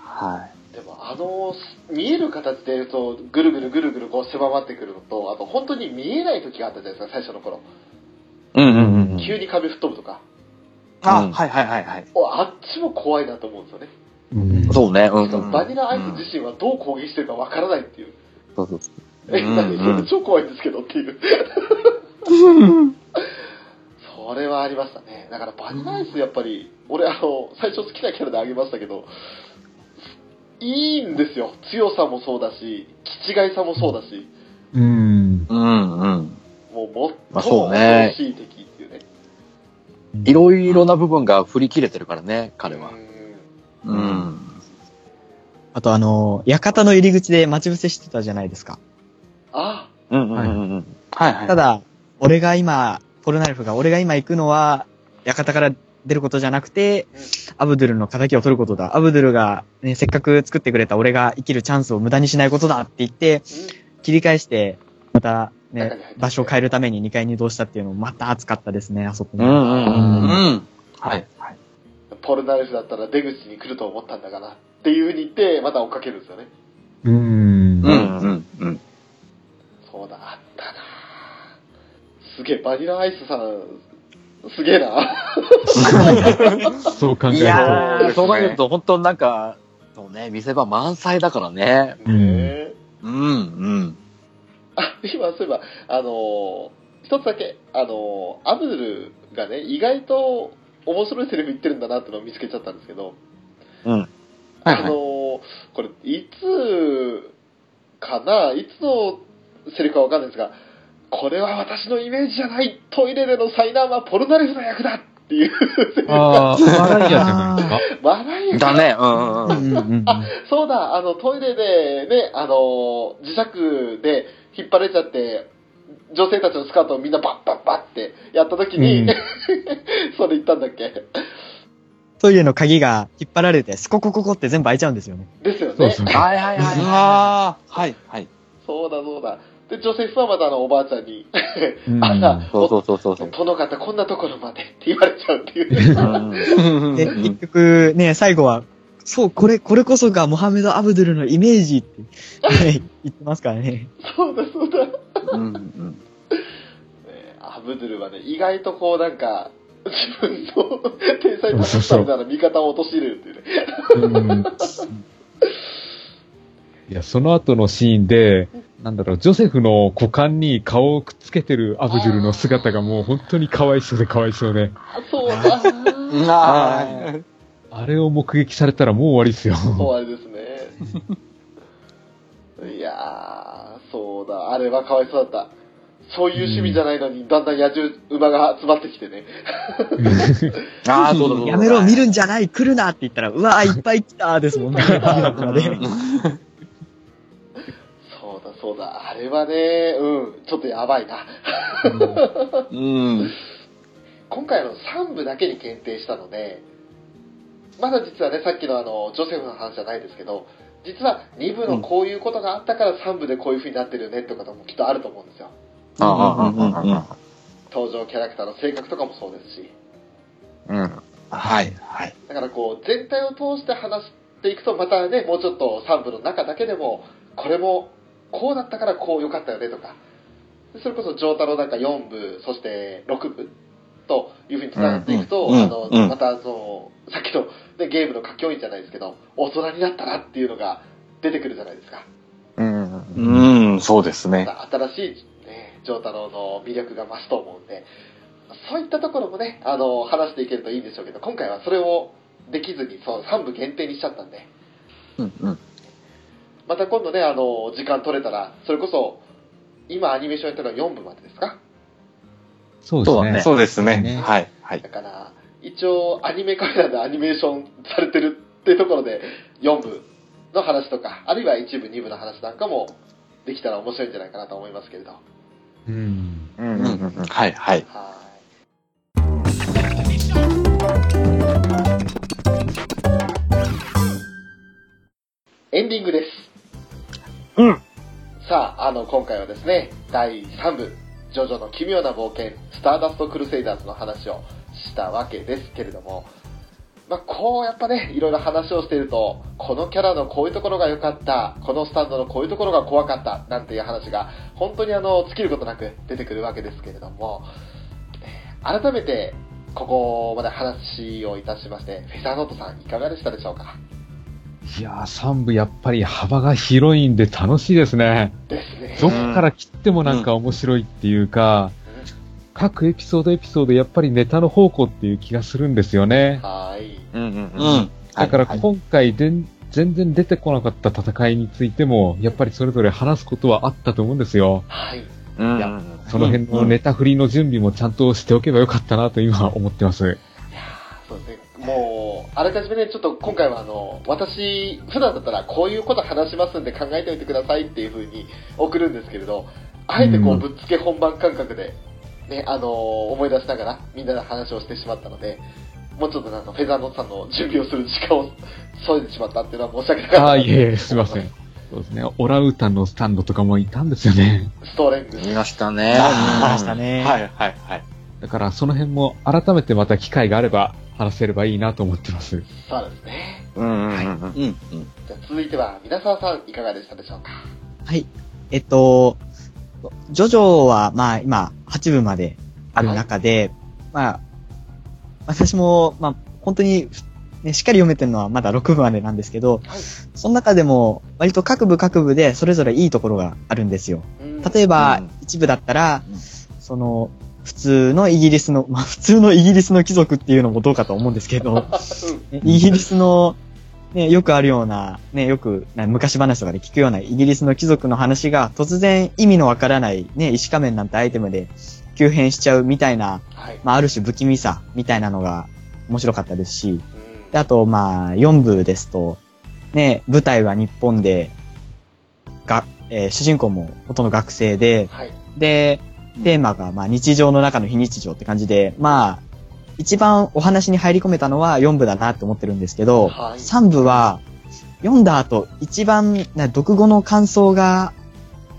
Speaker 4: は
Speaker 1: でもあの見える形でそうぐるぐるぐるぐるこう狭まってくるのとあと本当に見えない時があったじゃないですか最初の頃
Speaker 4: い。うん、うん、うん。
Speaker 1: 急に壁吹っ飛ぶとか、
Speaker 4: あ、
Speaker 3: うん
Speaker 4: はい、はい、はい、はい。
Speaker 1: おあっちも怖いなと思うんですよね、
Speaker 2: うん
Speaker 3: そうね、うん
Speaker 1: しかも
Speaker 3: うん。
Speaker 1: バニラアイス自身はどう攻撃してるかわからないっていう、
Speaker 4: そうそうそ
Speaker 1: え
Speaker 4: うん
Speaker 1: 何
Speaker 4: うん
Speaker 1: それ超怖いんですけどっていうそれはありましたねだからバニラアイスやっぱり俺あの最初好きなキャラであげましたけどいいんですよ強さもそうだし気違いさもそうだし
Speaker 2: うん。
Speaker 4: う。うん、うん。
Speaker 1: もう
Speaker 3: まあ
Speaker 1: 最も
Speaker 3: そうね
Speaker 1: 恐ろしい敵っていうね。
Speaker 3: いろいろな部分が振り切れてるからね、彼は
Speaker 1: う。ん
Speaker 4: うん。
Speaker 5: あとあの、館の入り口で待ち伏せしてたじゃないですか。
Speaker 1: あ、
Speaker 4: うん、うん、うんうん。はい、はい。
Speaker 5: た、だ、俺が今、ポルナレフが、俺が今行くのは、館から出ることじゃなくて、アブドゥルの仇を取ることだ。アブドゥルが、ね、せっかく作ってくれた俺が生きるチャンスを無駄にしないことだって言って、切り返して、また、
Speaker 1: 中に入っ
Speaker 5: ね
Speaker 1: て、
Speaker 5: 場所を変えるために2階に移動したっていうのもまた熱かったですね、あそこ
Speaker 4: う
Speaker 5: も。
Speaker 4: ん、うん、うん。うん。はい、はい。
Speaker 1: ポルナレフだったら出口に来ると思ったんだからっていう風に言って、また追っかけるんですよね。
Speaker 2: うん。
Speaker 4: う
Speaker 2: うん
Speaker 4: ん、うん、うん。
Speaker 1: そうだ、あったなすげえ、バニラアイスさん、すげえな
Speaker 2: そう考え
Speaker 3: い
Speaker 2: ると。
Speaker 3: やー、そう考えると、本当なんか、そうね、見せ場満載だからね。
Speaker 1: ねえ
Speaker 4: うん、
Speaker 1: あ、今、そういえば、あのー一つだけ、あのーアブドゥルがね、意外と面白いセリフ言ってるんだなってのを見つけちゃったんですけど、
Speaker 4: は
Speaker 1: あ
Speaker 4: い
Speaker 1: のーこれ、いつかないつのセリフかわかんないですが、これは私のイメージじゃないトイレでの災難はポルナレフの役だっていう、
Speaker 2: ああ、マライアじゃないです
Speaker 1: マライア
Speaker 3: だね、うんうんうん。
Speaker 5: うんうんうん
Speaker 1: そうだ、あの、トイレでね、あのー、磁石で引っ張られちゃって、女性たちのスカートをみんなバッバッバッってやった時に、
Speaker 2: うん
Speaker 1: それ言ったんだっけ
Speaker 5: トイレの鍵が引っ張られて、スココココって全部開いちゃうんですよね。
Speaker 1: ですよ
Speaker 2: か。そう
Speaker 1: ね。
Speaker 2: そ
Speaker 1: そうう。
Speaker 3: はいはいはいはい。
Speaker 4: ああ、はい、はい。
Speaker 1: だ、そうだ。で、女性スはまたあの、おばあちゃんに、
Speaker 2: うん
Speaker 1: 朝、
Speaker 3: そうそうそうそうそう。
Speaker 1: 殿方こんなところまでって言われちゃうって いう。
Speaker 5: で、結局ね、最後は、そう、これ、これこそがモハメド・アブドゥルのイメージって、ね言ってますからね。
Speaker 1: そうだそうだ。ね
Speaker 4: うん、うん。
Speaker 1: アブドゥルはね、意外とこうなんか、自分の 天才としたみたいな味方を陥れるっていうね。
Speaker 2: うんいや、その後のシーンで、なんだろう、ジョセフの股間に顔をくっつけてるアブドゥルの姿がもう本当にかわいそうでかわいそうで、
Speaker 1: あ、そうだ。
Speaker 4: ああ、
Speaker 2: あれを目撃されたらもう終わりですよ。
Speaker 1: そうあれですね。いやー、そうだ。あれはかわいそうだった。そういう趣味じゃないのに、だんだん野獣、馬が集まってきてね。
Speaker 3: ああ、そうだそうだ。
Speaker 5: やめろ、見るんじゃない、来るなって言ったら、うわ、いっぱい来たですもんね。
Speaker 1: そうだ、そうだ。あれはね、うん、ちょっとやばいな。
Speaker 4: うん。
Speaker 1: 今回の3部だけに限定したので、まだ実はね、さっきのあの、ジョセフの話じゃないですけど、実は2部のこういうことがあったから3部でこういう風になってるよねってこともきっとあると思うんですよ。
Speaker 4: ああ、うん、うん、うん。
Speaker 1: 登場キャラクターの性格とかもそうですし。
Speaker 4: うん。はい、はい。
Speaker 1: だからこう、全体を通して話していくと、またね、もうちょっと3部の中だけでも、これも、こうだったからこう良かったよねとか、それこそ、上太郎なんか4部、そして6部というふうに繋がっていくと、
Speaker 4: うんうん
Speaker 1: あの、
Speaker 4: うん
Speaker 1: またその、さっきの、ね、ゲームの佳境院じゃないですけど、大人になったなっていうのが出てくるじゃないですか。
Speaker 5: うん。
Speaker 4: うん、そうですね。
Speaker 1: また新しい、ね、上太郎の魅力が増すと思うんで、そういったところもね、あの、話していけるといいんでしょうけど、今回はそれをできずに、その3部限定にしちゃったんで、
Speaker 4: うん、うん。
Speaker 1: また今度ね、あの、時間取れたら、それこそ、今アニメーションやったのは4部までですか
Speaker 2: そうで
Speaker 4: そう
Speaker 2: す
Speaker 4: だね。
Speaker 2: ね。
Speaker 4: そうですね
Speaker 5: ね。
Speaker 4: はい、はい。
Speaker 1: だから、一応アニメカメラでアニメーションされてるってところで、4部の話とか、あるいは1部、2部の話なんかもできたら面白いんじゃないかなと思いますけれど。
Speaker 2: うん。
Speaker 5: うん
Speaker 4: うん、うん、うん。はい、はい。
Speaker 1: はい。エンディングです。
Speaker 3: うん
Speaker 1: さあ、あの、今回はですね、第3部、ジョジョの奇妙な冒険、スターダストクルセイダーズの話をしたわけですけれども、まあ、こうやっぱね、いろいろ話をしていると、このキャラのこういうところが良かった、このスタンドのこういうところが怖かった、なんていう話が、本当にあの、尽きることなく出てくるわけですけれども、改めて、ここまで話をいたしまして、フェザーノートさん、いかがでしたでしょうか
Speaker 2: いやー、3部やっぱり幅が広いんで楽しいですね。
Speaker 1: ですね。
Speaker 2: どっから切ってもなんか面白いっていうか、各エピソードエピソードやっぱりネタの方向っていう気がするんですよね。
Speaker 1: はーい。
Speaker 3: うんうん
Speaker 4: うん。はい
Speaker 2: だから
Speaker 4: はい
Speaker 2: 今回でん全然出てこなかった戦いについても、やっぱりそれぞれ話すことはあったと思うんですよ。
Speaker 1: はい。
Speaker 3: うん
Speaker 2: いやその辺
Speaker 4: う
Speaker 2: の
Speaker 4: ん
Speaker 2: ネタ振りの準備もちゃんとしておけばよかったなと今思ってます。
Speaker 1: そうですね。もう、あらかじめね、ちょっと今回はあの、私、普段だったらこういうこと話しますんで考えておいてくださいっていう風に送るんですけれど、あえてこ
Speaker 2: う
Speaker 1: う、
Speaker 2: ん
Speaker 1: ぶっつけ本番感覚で、ね、あの思い出しながらみんなで話をしてしまったので、もうちょっとなんかフェザーノートさんの準備をする時間を削いでしまったっていうのは申し訳なかった。
Speaker 2: ああ、いえいえ、すいません。。そうですね。オランウータンのスタンドとかもいたんですよね。
Speaker 1: ストレングス。
Speaker 3: 見ましたね。
Speaker 5: 見ました
Speaker 4: い、
Speaker 5: ね。
Speaker 4: はい、はい。
Speaker 2: だからその辺も改めてまた機会があれば話せればいいなと思ってます。
Speaker 1: さあですね。
Speaker 3: うんうんうんうん。
Speaker 4: うん、うん。
Speaker 1: じゃあ続いては、皆沢さん、いかがでしたでしょうか。
Speaker 5: はい。えっと、ジョジョは、まあ今、8部まである中で、まあ、私も、まあ本当に、ね、しっかり読めてるのはまだ6部までなんですけど、
Speaker 1: はい
Speaker 5: その中でも、割と各部各部でそれぞれいいところがあるんですよ。
Speaker 1: うん
Speaker 5: 例えば
Speaker 4: うん、
Speaker 5: 一部だったら、
Speaker 4: うん
Speaker 5: その、普通のイギリスの、まあ普通のイギリスの貴族っていうのもどうかと思うんですけ ど、ねイギリスの、ね、よくあるような、ね、よくな昔話とかで聞くようなイギリスの貴族の話が突然意味のわからない、ね、石仮面なんてアイテムで急変しちゃうみたいな、
Speaker 1: はい。
Speaker 5: まあある種不気味さみたいなのが面白かったですし、
Speaker 1: うん
Speaker 5: で、あと、まあ、4部ですと、ね、舞台は日本で、が、えー主人公も元の学生で、
Speaker 1: はい。
Speaker 5: で、テーマが、まあ、日常の中の非日常って感じで、まあ、一番お話に入り込めたのは4部だなって思ってるんですけど、
Speaker 1: はい
Speaker 5: 3部は、読んだ後、一番、な読後の感想が、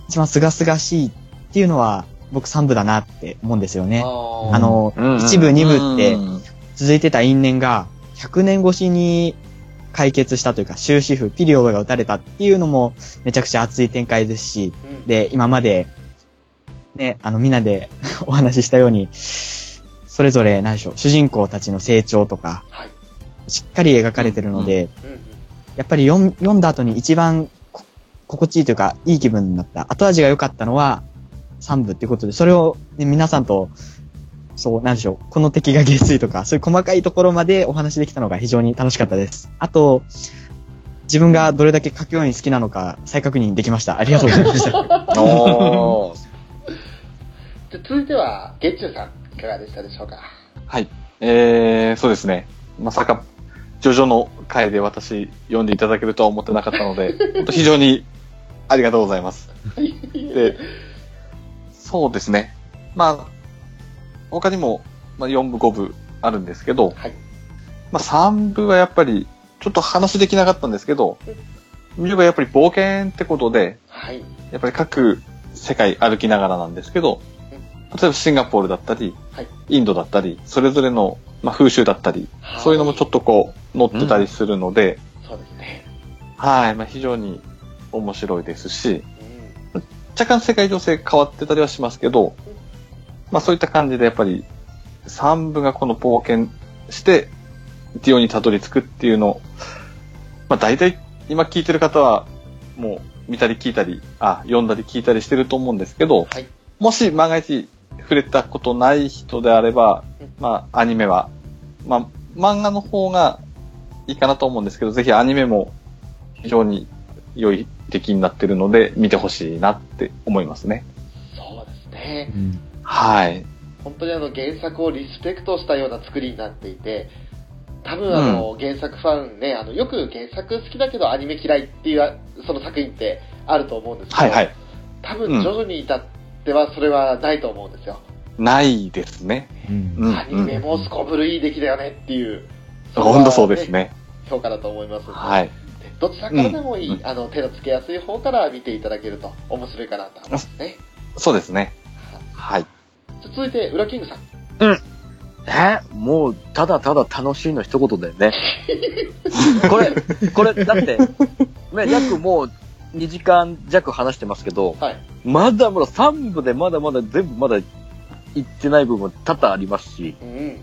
Speaker 5: 一番すがすがしいっていうのは、僕3部だなって思うんですよね。
Speaker 1: あ
Speaker 5: あの、
Speaker 3: うんうん
Speaker 5: 1部、2部って、
Speaker 4: うん
Speaker 5: 続いてた因縁が100年越しに解決したというか終止符、ピリオドが打たれたっていうのもめちゃくちゃ熱い展開ですし、
Speaker 1: ー、
Speaker 5: で、今まで、ね、あの、みんなで お話ししたように、それぞれ、何でしょう、主人公たちの成長とか、
Speaker 1: はい
Speaker 5: しっかり描かれてるので、
Speaker 1: うんうん
Speaker 5: やっぱり読ん読んだ後に一番こ心地いいというか、いい気分になった、後味が良かったのは3部っていうことで、それを、ね、皆さんと、そう、なんでしょう、この敵が下水とか、そういう細かいところまでお話できたのが非常に楽しかったです。あと、自分がどれだけ書くように好きなのか再確認できました。ありがとうございました。
Speaker 3: おー
Speaker 1: じゃあ続いては、ゲッチュさん、いかがでしたでしょうか。
Speaker 4: えー、そうですね。まさか、ジョジョの回で私、読んでいただけるとは思ってなかったの で、本当非常にありがとうございます。で、そうですね。まあ、他にも、まあ、4部、5部あるんですけど、
Speaker 1: はい。
Speaker 4: まあ、3部はやっぱり、ちょっと話できなかったんですけど、魅力はやっぱり冒険ってことで、
Speaker 1: はい。
Speaker 4: やっぱり各世界歩きながらなんですけど、例えばシンガポールだったり、
Speaker 1: はい
Speaker 4: インドだったり、それぞれのまあ、風習だったり、
Speaker 1: はい
Speaker 4: そういうのもちょっとこう、載ってたりするので、
Speaker 1: そうですね。
Speaker 4: はい、まあ、非常に面白いですし、
Speaker 1: うん
Speaker 4: 若干世界情勢変わってたりはしますけど、まあそういった感じでやっぱり3部がこの冒険してディオにたどり着くっていうのを、まあ大体今聞いてる方はもう見たり聞いたり、あ、読んだり聞いたりしてると思うんですけど、
Speaker 1: はい
Speaker 4: もし万が一触れたことない人であれば
Speaker 1: うん、
Speaker 4: まあアニメは、まあ漫画の方がいいかなと思うんですけど、ぜひアニメも非常に良い出来になってるので見てほしいなって思いますね。
Speaker 1: そうですね。
Speaker 2: うん
Speaker 4: はい。
Speaker 1: 本当にあの原作をリスペクトしたような作りになっていて、多分あの原作ファンね、あのよく原作好きだけどアニメ嫌いっていうあその作品ってあると思うんですけど、
Speaker 4: はいはい。
Speaker 1: 多分徐々に至ってはそれはないと思うんですよ。
Speaker 4: ないですね。
Speaker 2: うん
Speaker 4: うん、う
Speaker 1: アニメ
Speaker 4: ん。
Speaker 1: もすこぶるいい出来だよねっていう、
Speaker 4: ほんとそうですね。
Speaker 1: 評価だと思いますので
Speaker 4: はい。
Speaker 1: どちらからでもいい、
Speaker 4: う
Speaker 1: あの手のつけやすい方から見ていただけると面白いかなと思いますね。
Speaker 4: そうですね。はい。
Speaker 1: じゃ続いて、ウラキングさん。
Speaker 3: えもう、ただただ楽しいの一言だよ ね。これ、これ、だって、ね、約もう2時間弱話してますけど、
Speaker 1: はい。
Speaker 3: まだまだ3部でまだまだ全部まだ行ってない部分多々ありますし、
Speaker 1: うん。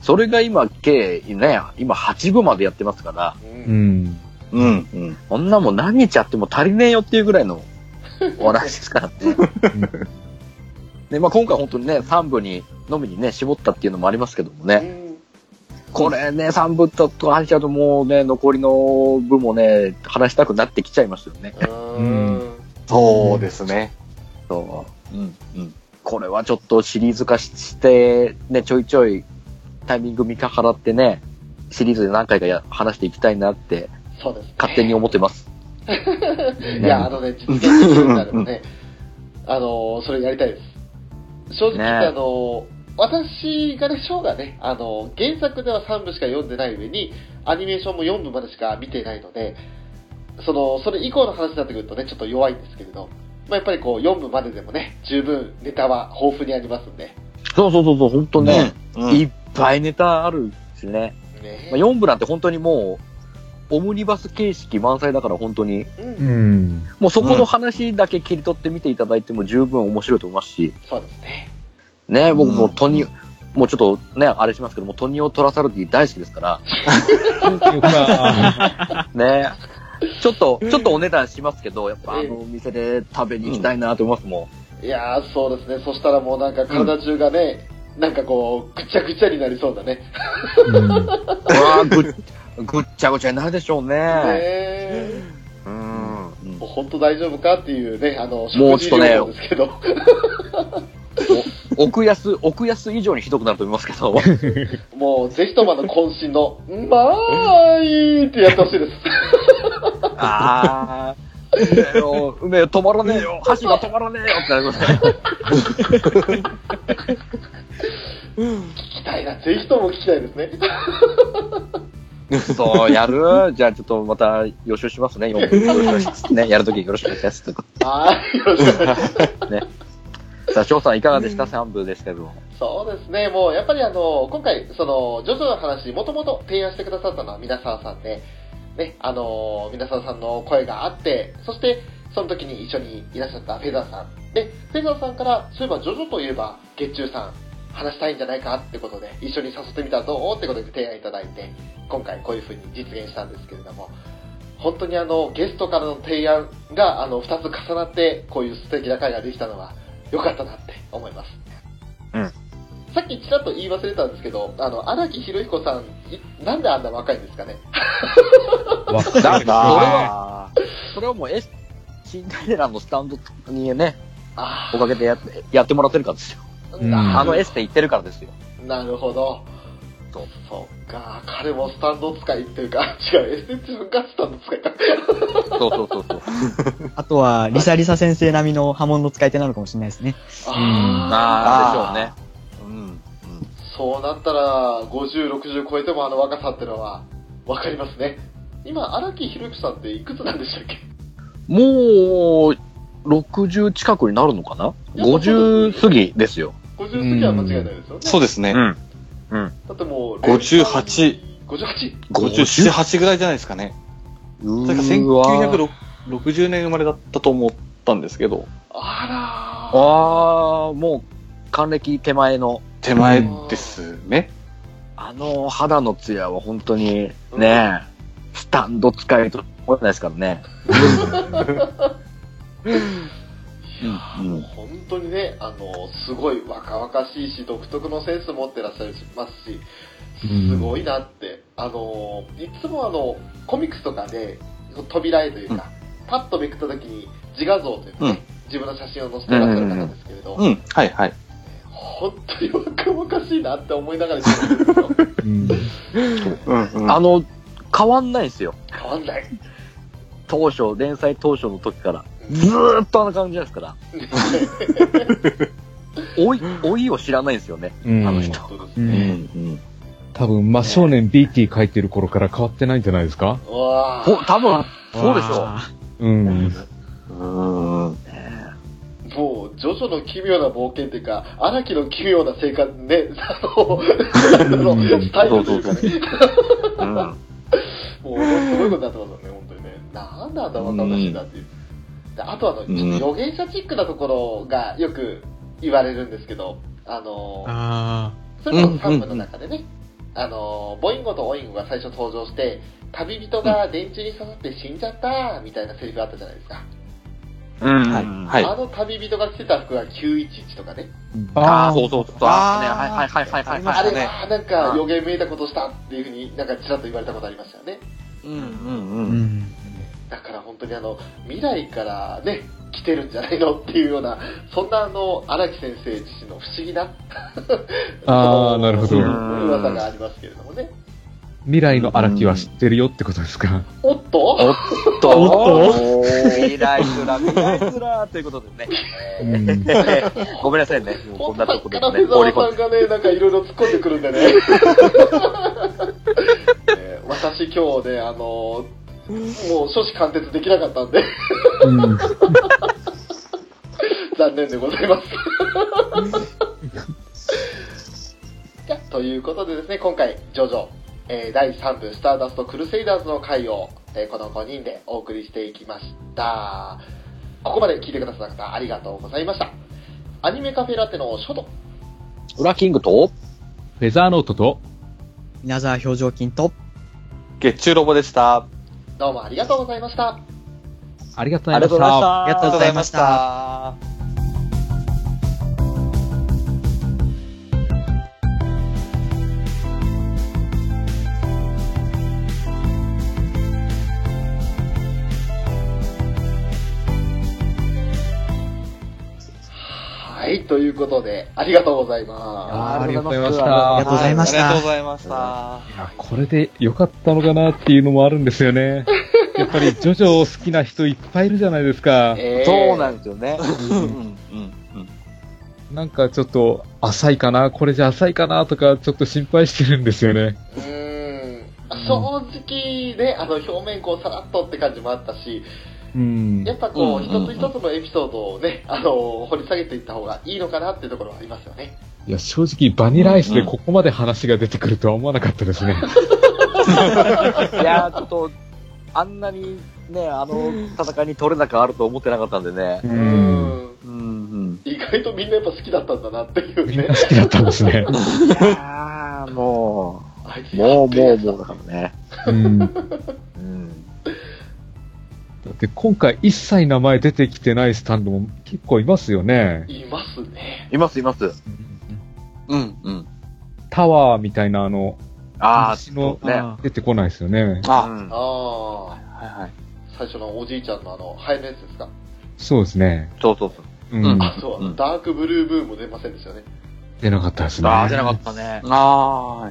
Speaker 3: それが今、計、ね、今8部までやってますから、
Speaker 1: う。
Speaker 2: うんん。
Speaker 4: うん。うん。
Speaker 3: こんなもん何日やっても足りねえよっていうぐらいのお話ですからね。で、まあ今回本当にね、3部に、のみにね、絞ったっていうのもありますけどもね。
Speaker 1: うん
Speaker 3: これね、3部と話しちゃうともうね、残りの部もね、話したくなってきちゃいますよね。
Speaker 1: うん。
Speaker 4: そうですね。
Speaker 3: そう
Speaker 4: うん。うん。
Speaker 3: これはちょっとシリーズ化しして、ね、ちょいちょいタイミング見計らってね、シリーズで何回かや話していきたいなって
Speaker 1: そうです、ね。
Speaker 3: 勝手に思ってます。
Speaker 1: いや、あのね、実現できるんであればね、あの、それやりたいです。正直、
Speaker 3: ね
Speaker 1: あの、私がね、ショーがね、あの、原作では3部しか読んでない上に、アニメーションも4部までしか見てないので、その、それ以降の話になってくるとね、ちょっと弱いんですけれど、まあ、やっぱりこう、4部まででもね、十分ネタは豊富にありますんで。
Speaker 3: そうそうそうそう、本当ね、
Speaker 4: うん。
Speaker 3: いっぱいネタあるしね。
Speaker 1: ね
Speaker 3: まあ、4部なんて本当にもう、オムニバス形式満載だから本当に、
Speaker 1: う、
Speaker 2: うんん。
Speaker 3: もうそこの話だけ切り取って見ていただいても十分面白いと思いますし、
Speaker 1: そうですね。
Speaker 3: ね、僕も
Speaker 4: うん
Speaker 3: トニ、もうちょっとね、あれしますけども、トニオ・トラサルディ大好きですか
Speaker 2: まあ
Speaker 3: ら、ね、ちょっと、ちょっとお値段しますけど、やっぱあのお店で食べに行きたいなと思いますもん。
Speaker 1: いやー、そうですね。そしたらもうなんか体中がね、なんかこう、ぐちゃぐちゃになりそうだね。
Speaker 2: うん
Speaker 3: うわーぐっ、ぐっちゃぐちゃになるでしょう
Speaker 1: ね
Speaker 3: ね。
Speaker 1: え
Speaker 3: うん。うん
Speaker 1: もう本当大丈夫かっていうね、あの、
Speaker 3: もうちょっとね
Speaker 1: 食事療法ですけど。
Speaker 3: 奥安、奥安以上にひどくなると思いますけど、
Speaker 1: もう、ぜひともあの、渾身の、まーいってやってほ しいです。
Speaker 3: あー、よ、梅よ、止まらねえよ、箸が止まらねえよってなりますね。
Speaker 1: 聞きたいな、ぜひとも聞きたいですね。
Speaker 3: そう、やるじゃあちょっとまた予習しますね、4ね、やるときよろしくお願いします。
Speaker 1: はい、よろしくお願いします。
Speaker 3: さあ、翔さんいかがでした、三部ですけど。
Speaker 1: そうですね、もうやっぱりあの今回、そのジョジョの話、もともと提案してくださったのは皆沢さんで、ね、あの皆沢さんの声があって、そしてその時に一緒にいらっしゃったフェザーさん、でフェザーさんから、そういえばジョジョといえば月中さん、話したいんじゃないかってことで、一緒に誘ってみたらどうってことで提案いただいて、今回こういう風に実現したんですけれども、本当にあのゲストからの提案があの2つ重なって、こういう素敵な会ができたのは良かったなって思います。さっきちらっと言い忘れたんですけど、あの、荒木博彦さん、いなんであんな若いんですかね。
Speaker 2: わかる
Speaker 3: だそれは、
Speaker 4: あ
Speaker 3: それはもう、え、シンデレラのスタンドにね、
Speaker 1: あ
Speaker 3: おかげでやってやってもらってるからですよ。
Speaker 1: あ、
Speaker 2: うん
Speaker 1: な
Speaker 3: あのエステ行ってるからですよ。
Speaker 1: なるほど。
Speaker 3: そう
Speaker 1: そうか、彼もスタンド使いっていうか、 違う、エステ自分がスタンド使いか。
Speaker 3: そうそうそうそう。
Speaker 5: あとは、リサリサ先生並みの波紋の使い手なのかもしれないですね。
Speaker 1: ああ、
Speaker 3: ああ、でしょうね。うん。
Speaker 1: そうなったら、50、60超えてもあの若さってのは、わかりますね。今、荒木博彦さんっていくつなんでしたっけ
Speaker 3: もう、60近くになるのかない
Speaker 1: やそうそう
Speaker 3: ?50 過ぎですよ。
Speaker 1: 50過ぎは間違いないですよね。
Speaker 4: そうですね。
Speaker 3: ん。
Speaker 4: うん。
Speaker 1: だってもう、
Speaker 4: 58、
Speaker 1: 58?
Speaker 4: 57、8ぐらいじゃないですかね。
Speaker 3: う
Speaker 4: それか
Speaker 3: ーわ
Speaker 4: 1960年生まれだったと思ったんですけど、
Speaker 1: あらー。
Speaker 3: あー、もう、還暦手前の、
Speaker 4: 手前ですね。
Speaker 3: あの肌のツヤは本当に、ねスタンド使えると思えないですからね。うんうん
Speaker 1: 本当にね、あの、すごい若々しいし、独特のセンス持ってらっしゃいますし、すごいなって。あの、いつもあの、コミックスとかで、扉絵というか、パッとめくった時に自画像というかね、
Speaker 4: うん
Speaker 1: 自分の写真を載せてらっしゃる方ですけれど、
Speaker 4: うん、はいはい。
Speaker 1: 本当に若々しいなって思いながら見てるんですけど、
Speaker 2: うん
Speaker 4: うん、うん。
Speaker 3: あの、変わんないんですよ。
Speaker 1: 変わんない。
Speaker 3: 当初、連載当初の時から。ずーっとあの感じなんですから。 老い、老いを知らないんですよね。
Speaker 2: うん
Speaker 3: あの人。
Speaker 1: 本当です
Speaker 2: う
Speaker 1: ね。
Speaker 3: うんん。
Speaker 2: 多分、真正面 BT 書いてる頃から変わってないんじゃないですか
Speaker 1: うわ
Speaker 3: ほ
Speaker 1: ー、
Speaker 3: 多分、そうでしょ
Speaker 2: うん。
Speaker 4: うん。
Speaker 3: う。ね
Speaker 1: もう、ジョジョの奇妙な冒険っていうか、荒木の奇妙な生活ね、 あの、あのスタイルというかね、
Speaker 3: うん。
Speaker 1: もう、すごいことになってますよね、本当にね。なんだあんな若々しいんだっていう。であとあの、ちょっと予言者チックなところがよく言われるんですけど、あの、
Speaker 5: あ
Speaker 1: それこそ3部の中でね、あの、ボインゴとオインゴが最初登場して、旅人が電柱に刺さって死んじゃった、みたいなセリフあったじゃないですか。
Speaker 3: うん
Speaker 4: はい。
Speaker 3: い。
Speaker 4: はい。
Speaker 1: あの旅人が着てた服が911とかね。
Speaker 3: ああ、
Speaker 2: ー
Speaker 3: そうそうそう。あーね、はいはいはいはい
Speaker 1: あ
Speaker 3: は
Speaker 1: れ
Speaker 3: い。
Speaker 4: ね
Speaker 1: はなんか予言めいたことしたっていうふうになんかちらっと言われたことありましたよね。
Speaker 3: うんうん
Speaker 5: あ。
Speaker 3: う。
Speaker 5: うんん。
Speaker 1: だから本当にあの、未来からね、来てるんじゃないのっていうような、そんなあの、荒木先生自身の不思議な、
Speaker 2: あーなるほど
Speaker 1: うん 噂がありますけれどもね。
Speaker 2: 未来の荒木は知ってるよってことですか。
Speaker 1: おっと
Speaker 3: おっと
Speaker 5: お
Speaker 3: 未来すら、未来すら、ということでね。
Speaker 2: うん
Speaker 3: ごめんなさいね。もうこ
Speaker 1: 本
Speaker 3: んなと
Speaker 1: 当
Speaker 3: こ
Speaker 1: か
Speaker 3: で
Speaker 1: ら
Speaker 3: す
Speaker 1: フ
Speaker 3: ね。
Speaker 1: ェザ
Speaker 3: 放り
Speaker 1: ー
Speaker 3: 込
Speaker 1: さ
Speaker 3: んで
Speaker 1: んがね、なんかいろいろ突っ込んでく るんでね。ね私今日ね、あの、もう書士貫徹できなかったんで、
Speaker 2: うん
Speaker 1: 残念でございます。じゃあ ということでですね、今回、ジョジョ、えー第3部、スターダストクルセイダーズの回を、えーこの5人でお送りしていきました。ここまで聞いてくださった方、ありがとうございました。アニメカフェラテの書と、
Speaker 3: ウラキングと、
Speaker 2: フェザーノートと、
Speaker 5: 稲沢表情筋と、
Speaker 4: 月中ロボでした。
Speaker 1: どうもありがとうございました。
Speaker 2: ありがとう
Speaker 3: あ
Speaker 2: ござ
Speaker 3: り
Speaker 2: いま
Speaker 3: がとうございま
Speaker 2: し。
Speaker 3: したた。
Speaker 5: ありがとうございました。
Speaker 1: はい、ということで、ありがとうございま
Speaker 2: あーありがとうございました
Speaker 5: ありがとうございまし
Speaker 4: ありが
Speaker 5: た
Speaker 4: とう。ございました。
Speaker 2: いやこれで良かったのかなっていうのもあるんですよ ね。やっぱりジョジョを好きな人いっぱいいるじゃないですか
Speaker 1: す。。えー
Speaker 3: そうなんですよね。
Speaker 4: うん、うん、うん。
Speaker 2: なんかちょっと浅いかな、これじゃ浅いかなとかちょっと心配してるんですよね。
Speaker 1: うーん。正直ね、あの、表面こう、さらっとって感じもあったし、
Speaker 2: うん
Speaker 1: やっぱこう、
Speaker 4: うんうん
Speaker 1: 一つ一つのエピソードをね、あの、掘り下げていった方がいいのかなっていうところはありますよね。
Speaker 2: いや、正直バニラアイスでここまで話が出てくるとは思わなかったですね。
Speaker 3: いやー、ちょっと、あんなにね、あの戦いに取れ高あると思ってなかったんでね。
Speaker 2: う。
Speaker 1: うんん。
Speaker 3: うん
Speaker 1: 意外とみんなやっぱ好きだったんだなっていう
Speaker 2: みん
Speaker 1: ね
Speaker 2: な。好きだったんですね。
Speaker 3: うん。いやー、も
Speaker 1: あいつ
Speaker 3: う、もうもうもう
Speaker 1: う
Speaker 3: だ。からね。
Speaker 2: うん。だ
Speaker 3: うん。
Speaker 2: って今回一切名前出てきてないスタンドも結構いますよね。
Speaker 1: いますね。
Speaker 3: いますいます。
Speaker 4: うん、うん。
Speaker 2: タワーみたいなあの、
Speaker 3: ああ、
Speaker 2: 私の
Speaker 3: ね
Speaker 5: あ
Speaker 2: 出てこないですよね。
Speaker 3: う
Speaker 4: あ、
Speaker 3: ん
Speaker 1: ああ、
Speaker 4: はいはい。
Speaker 1: 最初のおじいちゃんのあの、ハエのやつですか。
Speaker 2: そうですね。
Speaker 3: そうそうそう。
Speaker 2: うん。
Speaker 4: うん
Speaker 1: あ、そう、
Speaker 4: うん
Speaker 1: ダークブルーブーも出ませんでしたよね。
Speaker 2: 出なかったですね。
Speaker 3: ああ、じゃなかったね。
Speaker 4: あ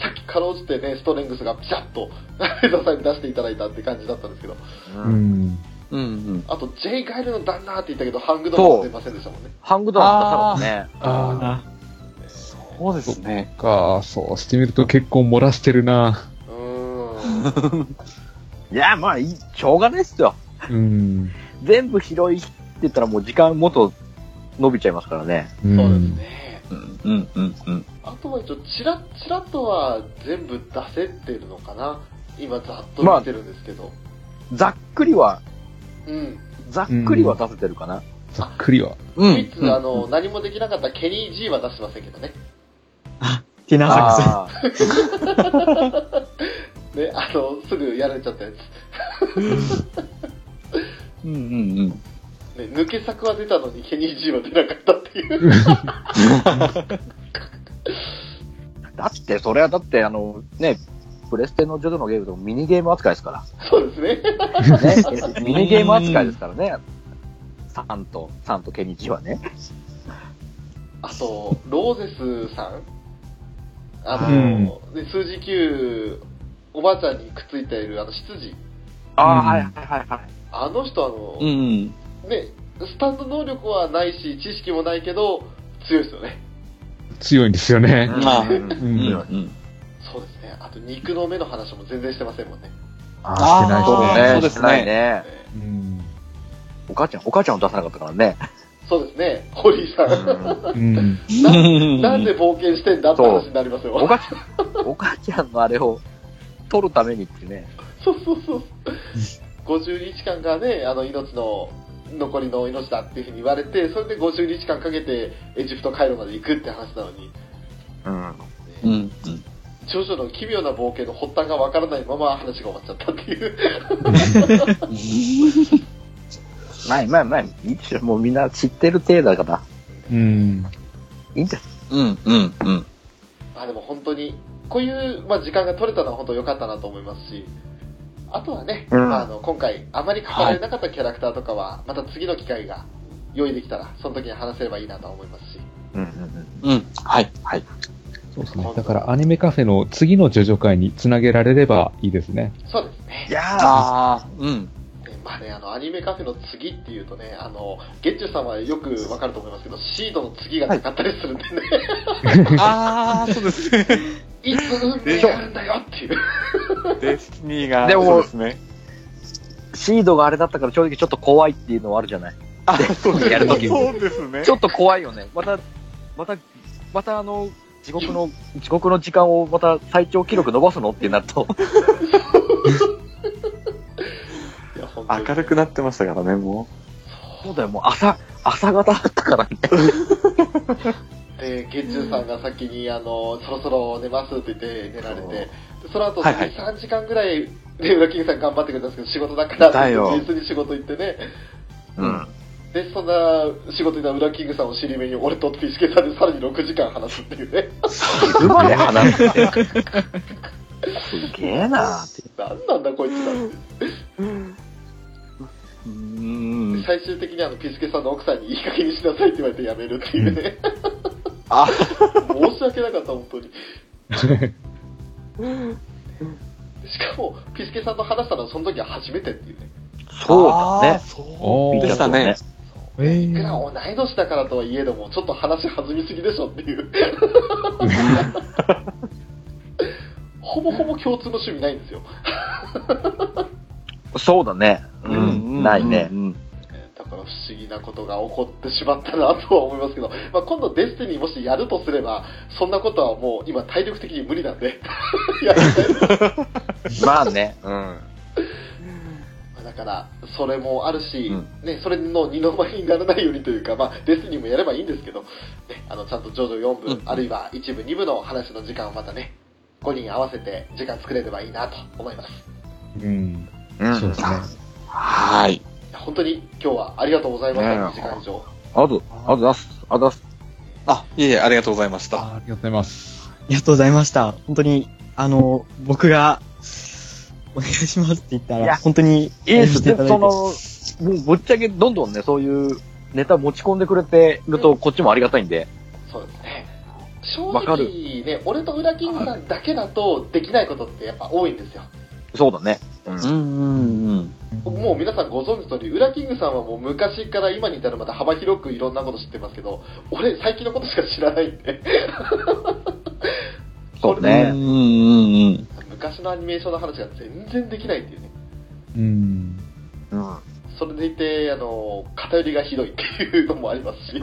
Speaker 1: さっきかろうじてね、ストレングスがピシャッと、 エザさんに出していただいたって感じだったんですけど、
Speaker 3: う。
Speaker 2: うんん。
Speaker 4: ーうん、うん。
Speaker 1: あと、ジェイ・ガイルの旦那って言ったけど、ハングドアも出ませんでしたもんね。
Speaker 3: ハングドア出さなかったね。
Speaker 2: あ
Speaker 5: あ
Speaker 4: そうですね。
Speaker 2: あ、か、そうしてみると結構漏らしてるな。
Speaker 1: うーん。
Speaker 3: いや、まあいい、しょうがないっすよ。
Speaker 2: うん。
Speaker 3: 全部拾いって言ったらもう時間もっと伸びちゃいますからね。
Speaker 2: うん
Speaker 1: そうですね。
Speaker 4: ううん、うん、うん、うん。
Speaker 1: あとは一応、チラッチラッとは全部出せてるのかな今、ざっと
Speaker 3: まあ
Speaker 1: 見てるんですけど。
Speaker 3: ざっくりは、
Speaker 1: うん。
Speaker 3: ざっくりは出せてるかな。
Speaker 2: ざっくりは。
Speaker 4: う
Speaker 1: 唯
Speaker 4: ん
Speaker 1: 一、あの、何もできなかったケニー G は出してませんけどね。
Speaker 5: ティナサック
Speaker 3: あー
Speaker 1: ね、あの、すぐやられちゃったやつ。
Speaker 4: うん、うん、うん。
Speaker 1: ね、抜け作は出たのにケニー G は出なかったっていう。
Speaker 3: だって、それはだって、あの、ね、プレステのジョジョのゲームでもミニゲーム扱いです か
Speaker 1: そうですね。
Speaker 3: ら。ね、ミニゲーム扱いですからね。サンと、サンとケニチはね。
Speaker 1: あと、ローゼスさんあ
Speaker 2: う
Speaker 1: の、ね数字9、おばあちゃんにくっついているあの、執事。
Speaker 3: ああ、
Speaker 2: うん
Speaker 3: はいはいはいはい。
Speaker 1: あの人、あの、
Speaker 4: うん、うん。
Speaker 1: ね、スタンド能力はないし、知識もないけど、強いですよね。
Speaker 2: 強いんですよね。
Speaker 4: まあ
Speaker 3: うん
Speaker 2: う。
Speaker 4: うんん、
Speaker 1: そうですね。あと、肉の目の話も全然してませんもんね。
Speaker 4: あー
Speaker 2: して
Speaker 4: ね
Speaker 2: ない
Speaker 4: そう
Speaker 2: で
Speaker 4: で
Speaker 2: ね。
Speaker 4: すす
Speaker 3: してないね。
Speaker 1: え
Speaker 2: うん
Speaker 3: お母ちゃん、お母ちゃんを出さなかったからね。
Speaker 1: ーそうですね。ホリーさん。
Speaker 2: うん。
Speaker 4: うん。
Speaker 1: なんで冒険してんだって話になります
Speaker 3: お
Speaker 1: よ。
Speaker 3: 母ちゃん、お母ちゃんのあれを取るためにってね。
Speaker 1: そうそうそう。50日間 がね、あの、命の、残りの命だっていうふうに言われて、それで50日間かけてエジプトカイロまで行くって話なのに、
Speaker 3: うん。
Speaker 4: うん、うん。
Speaker 1: ジョジョの奇妙な冒険の発端がわからないまま話が終わっちゃったっていう。
Speaker 3: まあまあまあ、いいでしょ。もうみんな知ってる程度だから。
Speaker 2: うん。
Speaker 3: いいんじゃない
Speaker 4: うん、うん、うん。
Speaker 1: あでも本当に、こういう、まあ、時間が取れたのは本当良かったなと思いますし、あとはね、
Speaker 3: うん
Speaker 1: まあ、あの今回、あまり書かれなかったキャラクターとかは、また次の機会が用意できたら、その時に話せればいいなとは思いますし、
Speaker 3: うんうん
Speaker 4: うん、はい、はい。
Speaker 2: そうですね。だからアニメカフェの次のジョジョ会につなげられればいいですね。
Speaker 1: そうです
Speaker 3: うん。
Speaker 1: ね
Speaker 3: い。やー、
Speaker 4: ああ、うん。
Speaker 1: えまあね、あの、アニメカフェの次っていうとね、あの、ゲッチュさんはよくわかると思いますけど、シードの次がなかったりするんでね、
Speaker 4: ああ、そうですね。
Speaker 1: い、つ運命があるんだよっていう。
Speaker 4: デスティニーが、
Speaker 3: でも
Speaker 4: そうですね。
Speaker 3: シードがあれだったから正直ちょっと怖いっていうのはあるじゃない。
Speaker 4: あ、そう
Speaker 3: やるとき
Speaker 4: そうですね
Speaker 3: ち。ょっと怖いよね。また、また、またあの、地獄の、地獄の時間をまた最長記録伸ばすのってなると。
Speaker 1: いや本当に
Speaker 4: 明るくなってましたからね、も
Speaker 3: そうだよ、もう朝、朝方だったからね。
Speaker 1: で、ゲッチュさんが先に、あの、そろそろ寝ますって言って寝られて、
Speaker 4: そう
Speaker 1: でその後、
Speaker 4: はいはい
Speaker 1: 3時間ぐらい、で、裏キングさん頑張ってくれたんですけど、仕事だからって
Speaker 3: だよ
Speaker 1: 言って、ベースに仕事行ってね。
Speaker 3: うん。
Speaker 1: で、そんな、仕事行った裏キングさんを尻目に、俺とピスケさんでさらに6時間話すっていうね。
Speaker 3: 昼まで話すって。すげえなーって。
Speaker 1: なんなんだこいつだって。
Speaker 4: う。うん。
Speaker 1: 最終的にあの、ピスケさんの奥さんにいい加減にしなさいって言われてやめるっていうね。
Speaker 4: あ、
Speaker 1: 申し訳なかった、本当に。しかも、ピスケさんと話したのはその時は初めてっていうね。
Speaker 3: そうだ
Speaker 4: あー
Speaker 3: ね。
Speaker 4: そ
Speaker 2: ー
Speaker 4: うでしたね。。
Speaker 2: え
Speaker 1: いくら同い年だからとはいえども、ちょっと話弾みすぎでしょっていう。ほぼほぼ共通の趣味ないんですよ。
Speaker 3: そうだね。う
Speaker 4: うん
Speaker 3: ん。ないね。。
Speaker 1: えーだから不思議なことが起こってしまったなとは思いますけど、 まあ、今度デスティニーもしやるとすれば、そんなことはもう今体力的に無理なんで。 い や
Speaker 3: まあね。うん。
Speaker 1: だから、それもあるし、
Speaker 4: うん
Speaker 1: ね、それの二の舞にならないようにというか、まあ、デスティニーもやればいいんですけど、ね、あの、ちゃんと上々4部、
Speaker 4: うん
Speaker 1: あるいは1部、2部の話の時間をまたね、5人合わせて時間作れればいいなと思います。
Speaker 2: うん。
Speaker 3: うん。
Speaker 2: そうですね。
Speaker 4: はい。
Speaker 1: いや本当に今日はありがとうございました、
Speaker 3: ねえ
Speaker 1: 2時間以上。
Speaker 3: あと、あと出す。あと出す。
Speaker 4: あ、いえいえ、ありがとうございました。
Speaker 2: あありがとうございます。
Speaker 5: ス。ありがとうございました。本当に、あの、僕が、お願いしますって言った
Speaker 3: い
Speaker 5: ら、
Speaker 3: や
Speaker 5: 本当に、
Speaker 3: いいです
Speaker 5: てい
Speaker 3: ね、
Speaker 5: ただい
Speaker 3: そ
Speaker 5: て。
Speaker 3: の、もうぶっちゃけどんどんね、そういうネタ持ち込んでくれてると、こっちもありがたいんで。
Speaker 1: そうですね。正
Speaker 3: わかる
Speaker 1: 直ね、俺と裏キングさんだけだとできないことってやっぱ多いんですよ。
Speaker 3: そうだね。うん
Speaker 4: うんうんうん。
Speaker 1: もう皆さんご存知の通り、裏キングさんはもう昔から今に至るまで幅広くいろんなこと知ってますけど、俺最近のことしか知らないんで。
Speaker 3: そう
Speaker 4: う
Speaker 3: ね。
Speaker 4: んうんうん。
Speaker 1: 昔のアニメーションの話が全然できないっていうね。
Speaker 2: うん。
Speaker 3: うん。
Speaker 1: それでいて、 あの、偏りがひどいっていうのもありますし。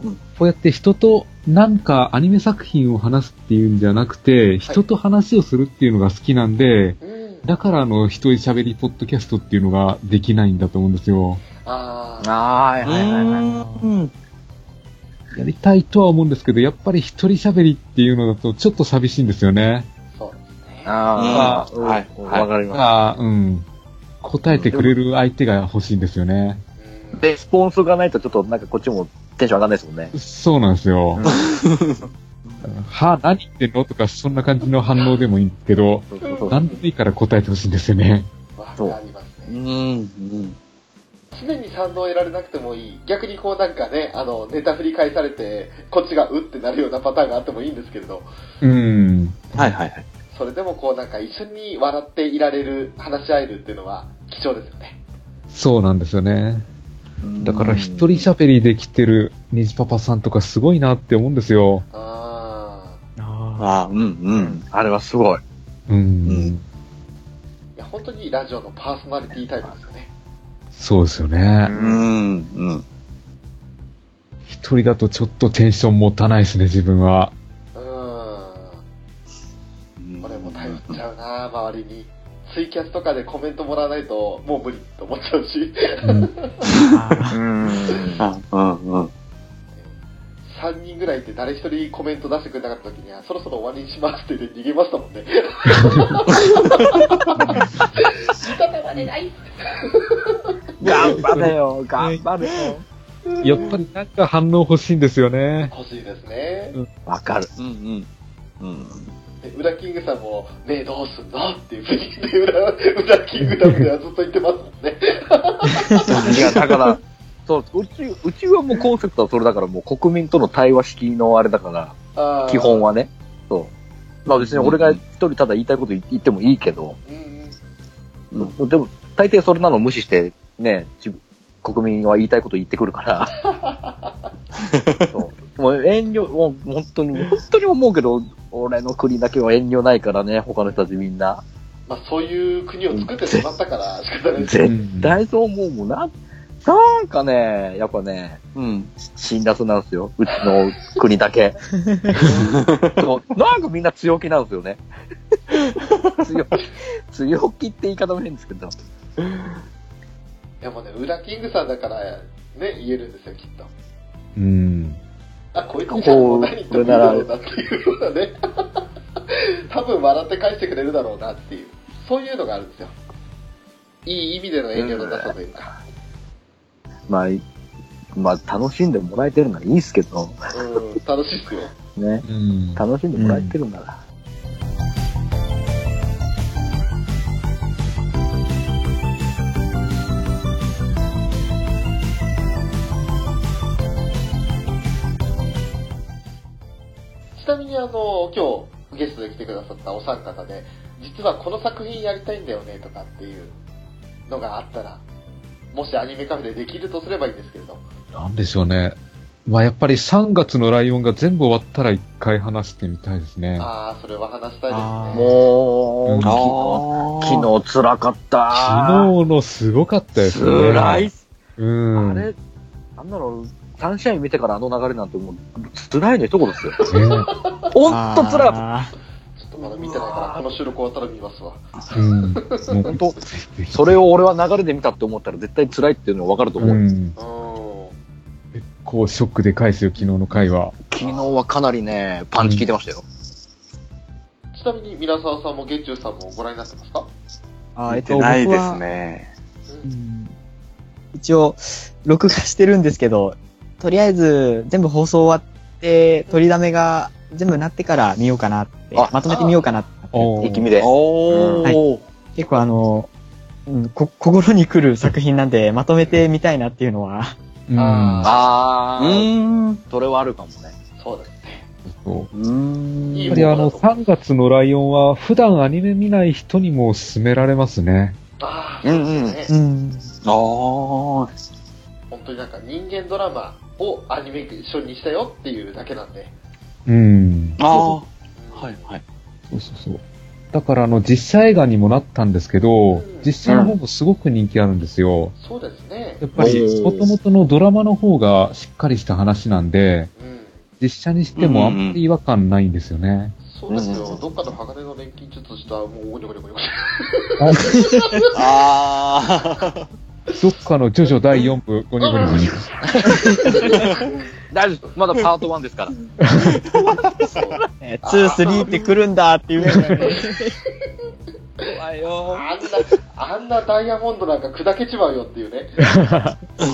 Speaker 2: こうやって人となんかアニメ作品を話すっていうんじゃなくて、人と話をするっていうのが好きなんで、
Speaker 1: うん。
Speaker 2: だからあの、一人喋りポッドキャストっていうのができないんだと思うんですよ。
Speaker 1: ああ。
Speaker 3: はいはいはいはい。
Speaker 5: うん
Speaker 2: やりたいとは思うんですけど、やっぱり一人喋りっていうのだとちょっと寂しいんですよね。
Speaker 1: そうですね。
Speaker 3: ああ、
Speaker 4: うん
Speaker 3: は
Speaker 4: はいい。
Speaker 3: わかり
Speaker 2: だ
Speaker 3: ま
Speaker 2: から、うん。答えてくれる相手が欲しいんですよね。
Speaker 1: う
Speaker 3: す。
Speaker 1: ん
Speaker 3: レスポンスがないと、ちょっとなんかこっちもテンション上がんないですもんね。
Speaker 2: そうなんですよ。
Speaker 3: うん
Speaker 2: は、何言ってんのとか、そんな感じの反応でもいいけど、
Speaker 3: そうそうそう
Speaker 2: 何でもいいから答えてほしいんですよね。
Speaker 1: わかりますね。
Speaker 4: うん。
Speaker 1: 常に賛同を得られなくてもいい。逆にこうなんかね、あの、ネタ振り返されて、こっちがうってなるようなパターンがあってもいいんですけれど、
Speaker 2: うん。
Speaker 4: はいはいはい。
Speaker 1: それでもこうなんか一緒に笑っていられる、話し合えるっていうのは貴重ですよね。
Speaker 2: そうなんですよね。だから一人喋りできてる虹パパさんとかすごいなって思うんですよ。
Speaker 1: ああ。
Speaker 4: ああ、うんうん。
Speaker 3: あれはすごい。
Speaker 2: うん。
Speaker 4: うん
Speaker 1: いや、本当にラジオのパーソナリティタイプですよね。
Speaker 2: そうですよね。
Speaker 4: うんうん。
Speaker 2: 一人だとちょっとテンション持たないですね、自分は。
Speaker 1: うーん。俺も頼っちゃうな、周りに。ツイキャスとかでコメントもらわないと、もう無理って思っちゃうし。
Speaker 2: うん、
Speaker 4: あうんうん。
Speaker 1: 3人ぐらいって誰一人コメント出してくれなかった時には、そろそろ終わりにしますって言って逃げましたもんね。仕方がねない。
Speaker 5: 頑張れよ、頑張れよ。
Speaker 2: やっぱりなんか反応欲しいんですよね。
Speaker 1: 欲しいですね。
Speaker 3: わかる。
Speaker 4: うんうん。うん。
Speaker 1: で、ウラキングさんも、ねえ、どうすんのっていうふうに、で、ウラ、ウラキングダムではずっと言ってますもんね。
Speaker 3: いや、だから、そう、うち、うちはもうコンセプトはそれだから、もう国民との対話式のあれだから、
Speaker 1: あー
Speaker 3: 基本。はね。そう。まあ別に俺が一人ただ言いたいこと言ってもいいけど、
Speaker 1: うんうん。
Speaker 3: うんでも、大抵それなの無視して、ね、自国民は言いたいこと言ってくるから。 そうもう遠慮、もう本当に、本当に思うけど、俺の国だけは遠慮ないからね、他の人たちみんな。
Speaker 1: まあ、そういう国を作ってしまったから、仕方ないです。
Speaker 3: 絶対そう思うもんな。なんかね、やっぱね、
Speaker 4: うん。
Speaker 3: 辛辣なんですよ。うちの国だけ。そうなんかみんな強気なんですよね。強気、強気って言い方も変ですけど。
Speaker 1: でもね、ウラキングさんだから、ね、言えるんですよ、きっと。
Speaker 2: うん。
Speaker 1: あ、こいつじゃもう何言ってもいいだろうなっていうようなね。 多分笑って返してくれるだろうなっていう。そういうのがあるんですよ。いい意味での遠慮のなさというか。
Speaker 3: まあ、まあ、楽しんでもらえてるならいいですけ
Speaker 1: う
Speaker 3: ど、
Speaker 1: ん、楽しいっすよ。
Speaker 3: ね。
Speaker 2: うん。
Speaker 3: 楽しんでもらえてるなら。
Speaker 1: ちなみにあの、今日ゲストで来てくださったお三方で、実はこの作品やりたいんだよねとかっていうのがあったら、もしアニメカフェでできるとすればいいんですけれど。
Speaker 2: なんでしょうね。まあやっぱり3月のライオンが全部終わったら一回話してみたいですね。
Speaker 1: ああ、それは話したい
Speaker 5: あー
Speaker 1: ですね。
Speaker 3: も
Speaker 2: うん
Speaker 3: う、昨日、昨日辛かった。
Speaker 2: 昨日のすごかったですね。
Speaker 3: 辛いっす。
Speaker 2: うん。
Speaker 3: あれ、なんだろう、3試合見てからあの流れなんてもう、辛いの一言ですよ。
Speaker 2: ね
Speaker 3: ほんと辛かった。
Speaker 5: あ
Speaker 1: ちょっとまだ見てないから、この収録終わったら見ますわ。
Speaker 2: うん。
Speaker 3: 本当それを俺は流れで見たって思ったら絶対辛いっていうのは分かると思う。
Speaker 2: うん。
Speaker 1: うん。
Speaker 2: 結構ショックでかいですよ、昨日の回は。
Speaker 3: 昨日はかなりね、パンチ効いてましたよ。
Speaker 1: ちなみに、皆沢さんも月中さんもご覧になってますか
Speaker 5: ーあー、え
Speaker 4: 見
Speaker 5: っと、
Speaker 4: て
Speaker 5: 僕
Speaker 4: ないです
Speaker 5: は、
Speaker 4: ね。
Speaker 5: うん一応、録画してるんですけど、とりあえず、全部放送終わって、取りだめが全部なってから見ようかなって
Speaker 3: あ、
Speaker 5: まとめてみようかなって。
Speaker 2: お
Speaker 3: 一気見で。
Speaker 4: おー。
Speaker 5: 結構あの、うん、こ心に来る作品なんで、まとめてみたいなっていうのは、
Speaker 2: うん。
Speaker 1: あ
Speaker 3: あ
Speaker 4: う
Speaker 3: ー、
Speaker 4: ん。
Speaker 3: それはあるかもね。
Speaker 1: そうです。
Speaker 2: そう
Speaker 3: うん
Speaker 1: いい
Speaker 2: や
Speaker 1: も
Speaker 2: っぱりあの、
Speaker 1: のだと思う
Speaker 2: 3月のライオンは普段アニメ見ない人にも勧められますね。
Speaker 1: ああ、
Speaker 4: うんうん
Speaker 1: そうですね
Speaker 5: うん。
Speaker 4: ああ。
Speaker 1: 本当になんか人間ドラマをアニメーションにしたよっていうだけなんで。
Speaker 2: うん。
Speaker 4: ああ。はい、はい。
Speaker 2: そうそうそう。だから、あの、実写映画にもなったんですけど、実写の方もすごく人気あるんですよ。
Speaker 1: そうですね。
Speaker 2: やっぱり、
Speaker 3: お
Speaker 2: も
Speaker 3: ー
Speaker 2: ともとのドラマの方がしっかりした話なんで、
Speaker 1: うん。
Speaker 2: 実写にしてもあんまり違和感ないんですよね。
Speaker 1: そうですよ。
Speaker 4: うん
Speaker 1: どっかの鋼の錬金術した、もう、ゴニョゴニョゴニョゴニョ。
Speaker 4: あ
Speaker 2: どっかのジョジョ第4部、ゴニョゴニョゴニョ。
Speaker 3: 大丈夫。まだパート1ですから。
Speaker 5: えー、2、3って来るんだっていうぐ らいね。
Speaker 3: 怖いよ
Speaker 1: あんな、あんなダイヤモンドなんか砕けちまうよっていうね。
Speaker 5: そ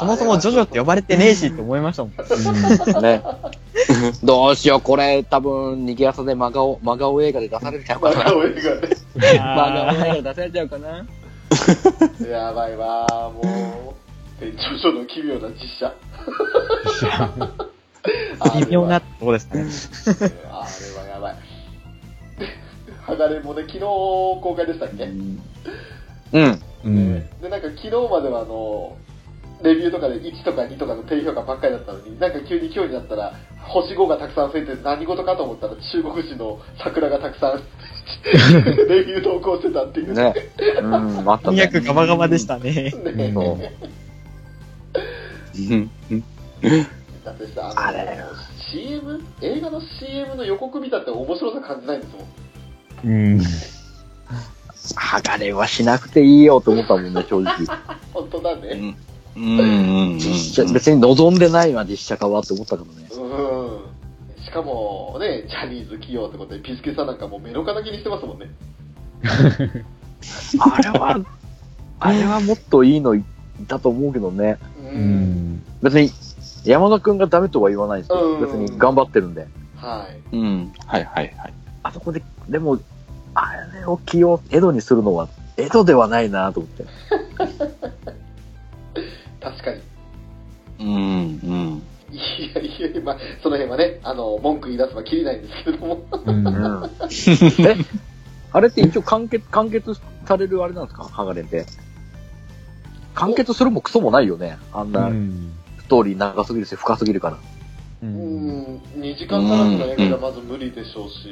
Speaker 1: そ
Speaker 5: もそもジョジョって呼ばれてねえしって思いました もん。
Speaker 4: あ。ね。
Speaker 3: どうしよう、これ、多分、逃げ朝で真顔、真顔映画で出されちゃうか
Speaker 1: ま
Speaker 3: な。
Speaker 1: だ俺がね。
Speaker 3: 真
Speaker 5: あ
Speaker 3: 顔映画で出されちゃうかな。
Speaker 1: やばいわー、もう。で、ジョジョの奇妙な実写。あれ
Speaker 5: ー
Speaker 1: は
Speaker 5: 微妙なとこですね。
Speaker 1: あれはやばい。鋼もね、昨日公開でしたっけ、
Speaker 3: うん。
Speaker 2: うん。
Speaker 1: で、なんか昨日まではあの、レビューとかで1とか2とかの低評価ばっかりだったのに、なんか急に今日になったら、星5がたくさん増えて何事かと思ったら、中国人の桜がたくさん、レビュー投稿してたっていう。
Speaker 4: ね。うん、あったね。
Speaker 5: 200ガバガバでしたね。
Speaker 1: ね
Speaker 4: そううん。
Speaker 1: だってさ、あの CM? 映画の CM の予告見たって面白さ感じないんですもん。
Speaker 2: うん。
Speaker 3: 剥がれはしなくていいよと思ったもんね、正直。
Speaker 1: 本当だね。
Speaker 4: うんうん。うん
Speaker 3: 実写、別に望んでないわ、実写化はって思ったけどね。
Speaker 1: うんしかもね、ジャニーズ企業ってことで、ピスケさんなんかもう目の敵にしてますもんね。
Speaker 3: あれは、 あれはもっといいのいだと思うけどね。
Speaker 1: う
Speaker 2: う。ん。
Speaker 3: 別に、山田くんがダメとは言わないですよ。
Speaker 1: うん
Speaker 3: 別に頑張ってるんで。
Speaker 1: はい。
Speaker 4: うん。はい、はい、はい。
Speaker 3: あそこで、でも、あれを起用、江戸にするのは、江戸ではないなと思って。
Speaker 1: 確かに。
Speaker 4: うん、うん。
Speaker 1: いやいや、まあ、その辺はね、あの、文句言い出すはきりないんですけれど も。
Speaker 2: うん。
Speaker 3: うん。えあれって一応完結、完結されるあれなんですか剥がれて。完結するもクソもないよね。あん
Speaker 2: う
Speaker 3: な、
Speaker 2: ん。
Speaker 3: ストーリー長すぎるし、深すぎるから。
Speaker 2: う。
Speaker 1: うんん、2時間からの映画はまず無理でしょうし、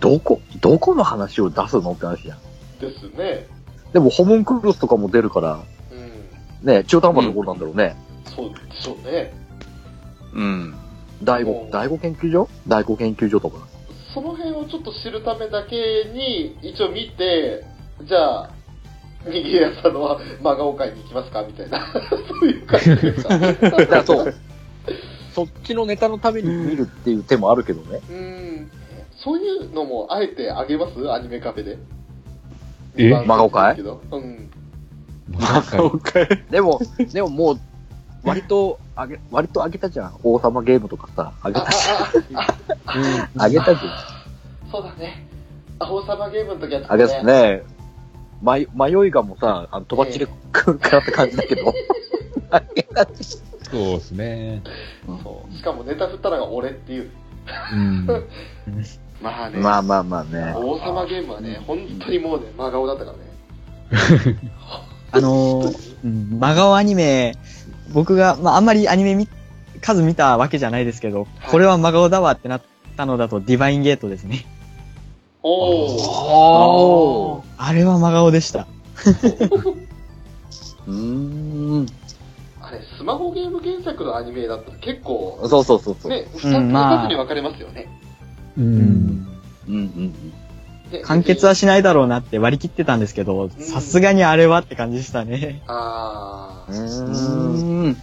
Speaker 3: どこ、どこの話を出すのって話じゃん。
Speaker 1: ですね。
Speaker 3: でも、ホモンクロスとかも出るから、
Speaker 1: うん、
Speaker 3: ね、中途半端なところなんだろうね。
Speaker 1: そうでしょうね。
Speaker 4: うん。
Speaker 3: 第
Speaker 1: う
Speaker 3: 五
Speaker 1: ん、
Speaker 3: 第五研究所第五研究所とか。
Speaker 1: その辺をちょっと知るためだけに、一応見て、じゃあ、逃げ屋さんのは真顔会に行きますかみたいな、 そういう感じですか。
Speaker 3: だからそう。そっちのネタのために見るっていう手もあるけどね。
Speaker 1: うんそういうのもあえてあげますアニメカフェで。
Speaker 2: え
Speaker 1: まあ
Speaker 3: 真顔会
Speaker 1: けどうん。
Speaker 2: なんか
Speaker 4: そうかい。
Speaker 3: でも、でももう、割と、あげ、割とあげたじゃん。王様ゲームとかさ、あげ
Speaker 1: あ
Speaker 3: たし、
Speaker 1: あ、
Speaker 3: あげたじゃん。
Speaker 1: あ、そうだね。あ、王様ゲームの時やって
Speaker 3: あれです。ね、迷迷いがもさ、あの飛ばっちでくるかって感じだけ ど、
Speaker 2: そうですね。
Speaker 1: そう。しかもネタ振ったのが俺っていう。
Speaker 2: うん。
Speaker 1: まあね。
Speaker 3: まあまあまあね。
Speaker 1: 王様ゲームはね、本当にもうね、真顔だったからね。
Speaker 5: あのー、うん真顔アニメ、僕が、まあ、あんまりアニメ見、数見たわけじゃないですけど、これは真顔だわってなったのだと、ディバインゲートですね。
Speaker 1: おー。
Speaker 3: おー
Speaker 5: あれは真顔でした。
Speaker 3: うーん。
Speaker 1: あれ、スマホゲーム原作のアニメだったら結構、
Speaker 3: そうそうそうそう。
Speaker 1: ね、二つ
Speaker 5: うんまあ
Speaker 1: 二つに分かれますよね。
Speaker 2: うん。
Speaker 3: うんうん
Speaker 1: で
Speaker 5: 完結はしないだろうなって割り切ってたんですけど、さすがにあれはって感じでしたね。
Speaker 1: あ
Speaker 3: う
Speaker 1: ー。
Speaker 3: ん。うーん。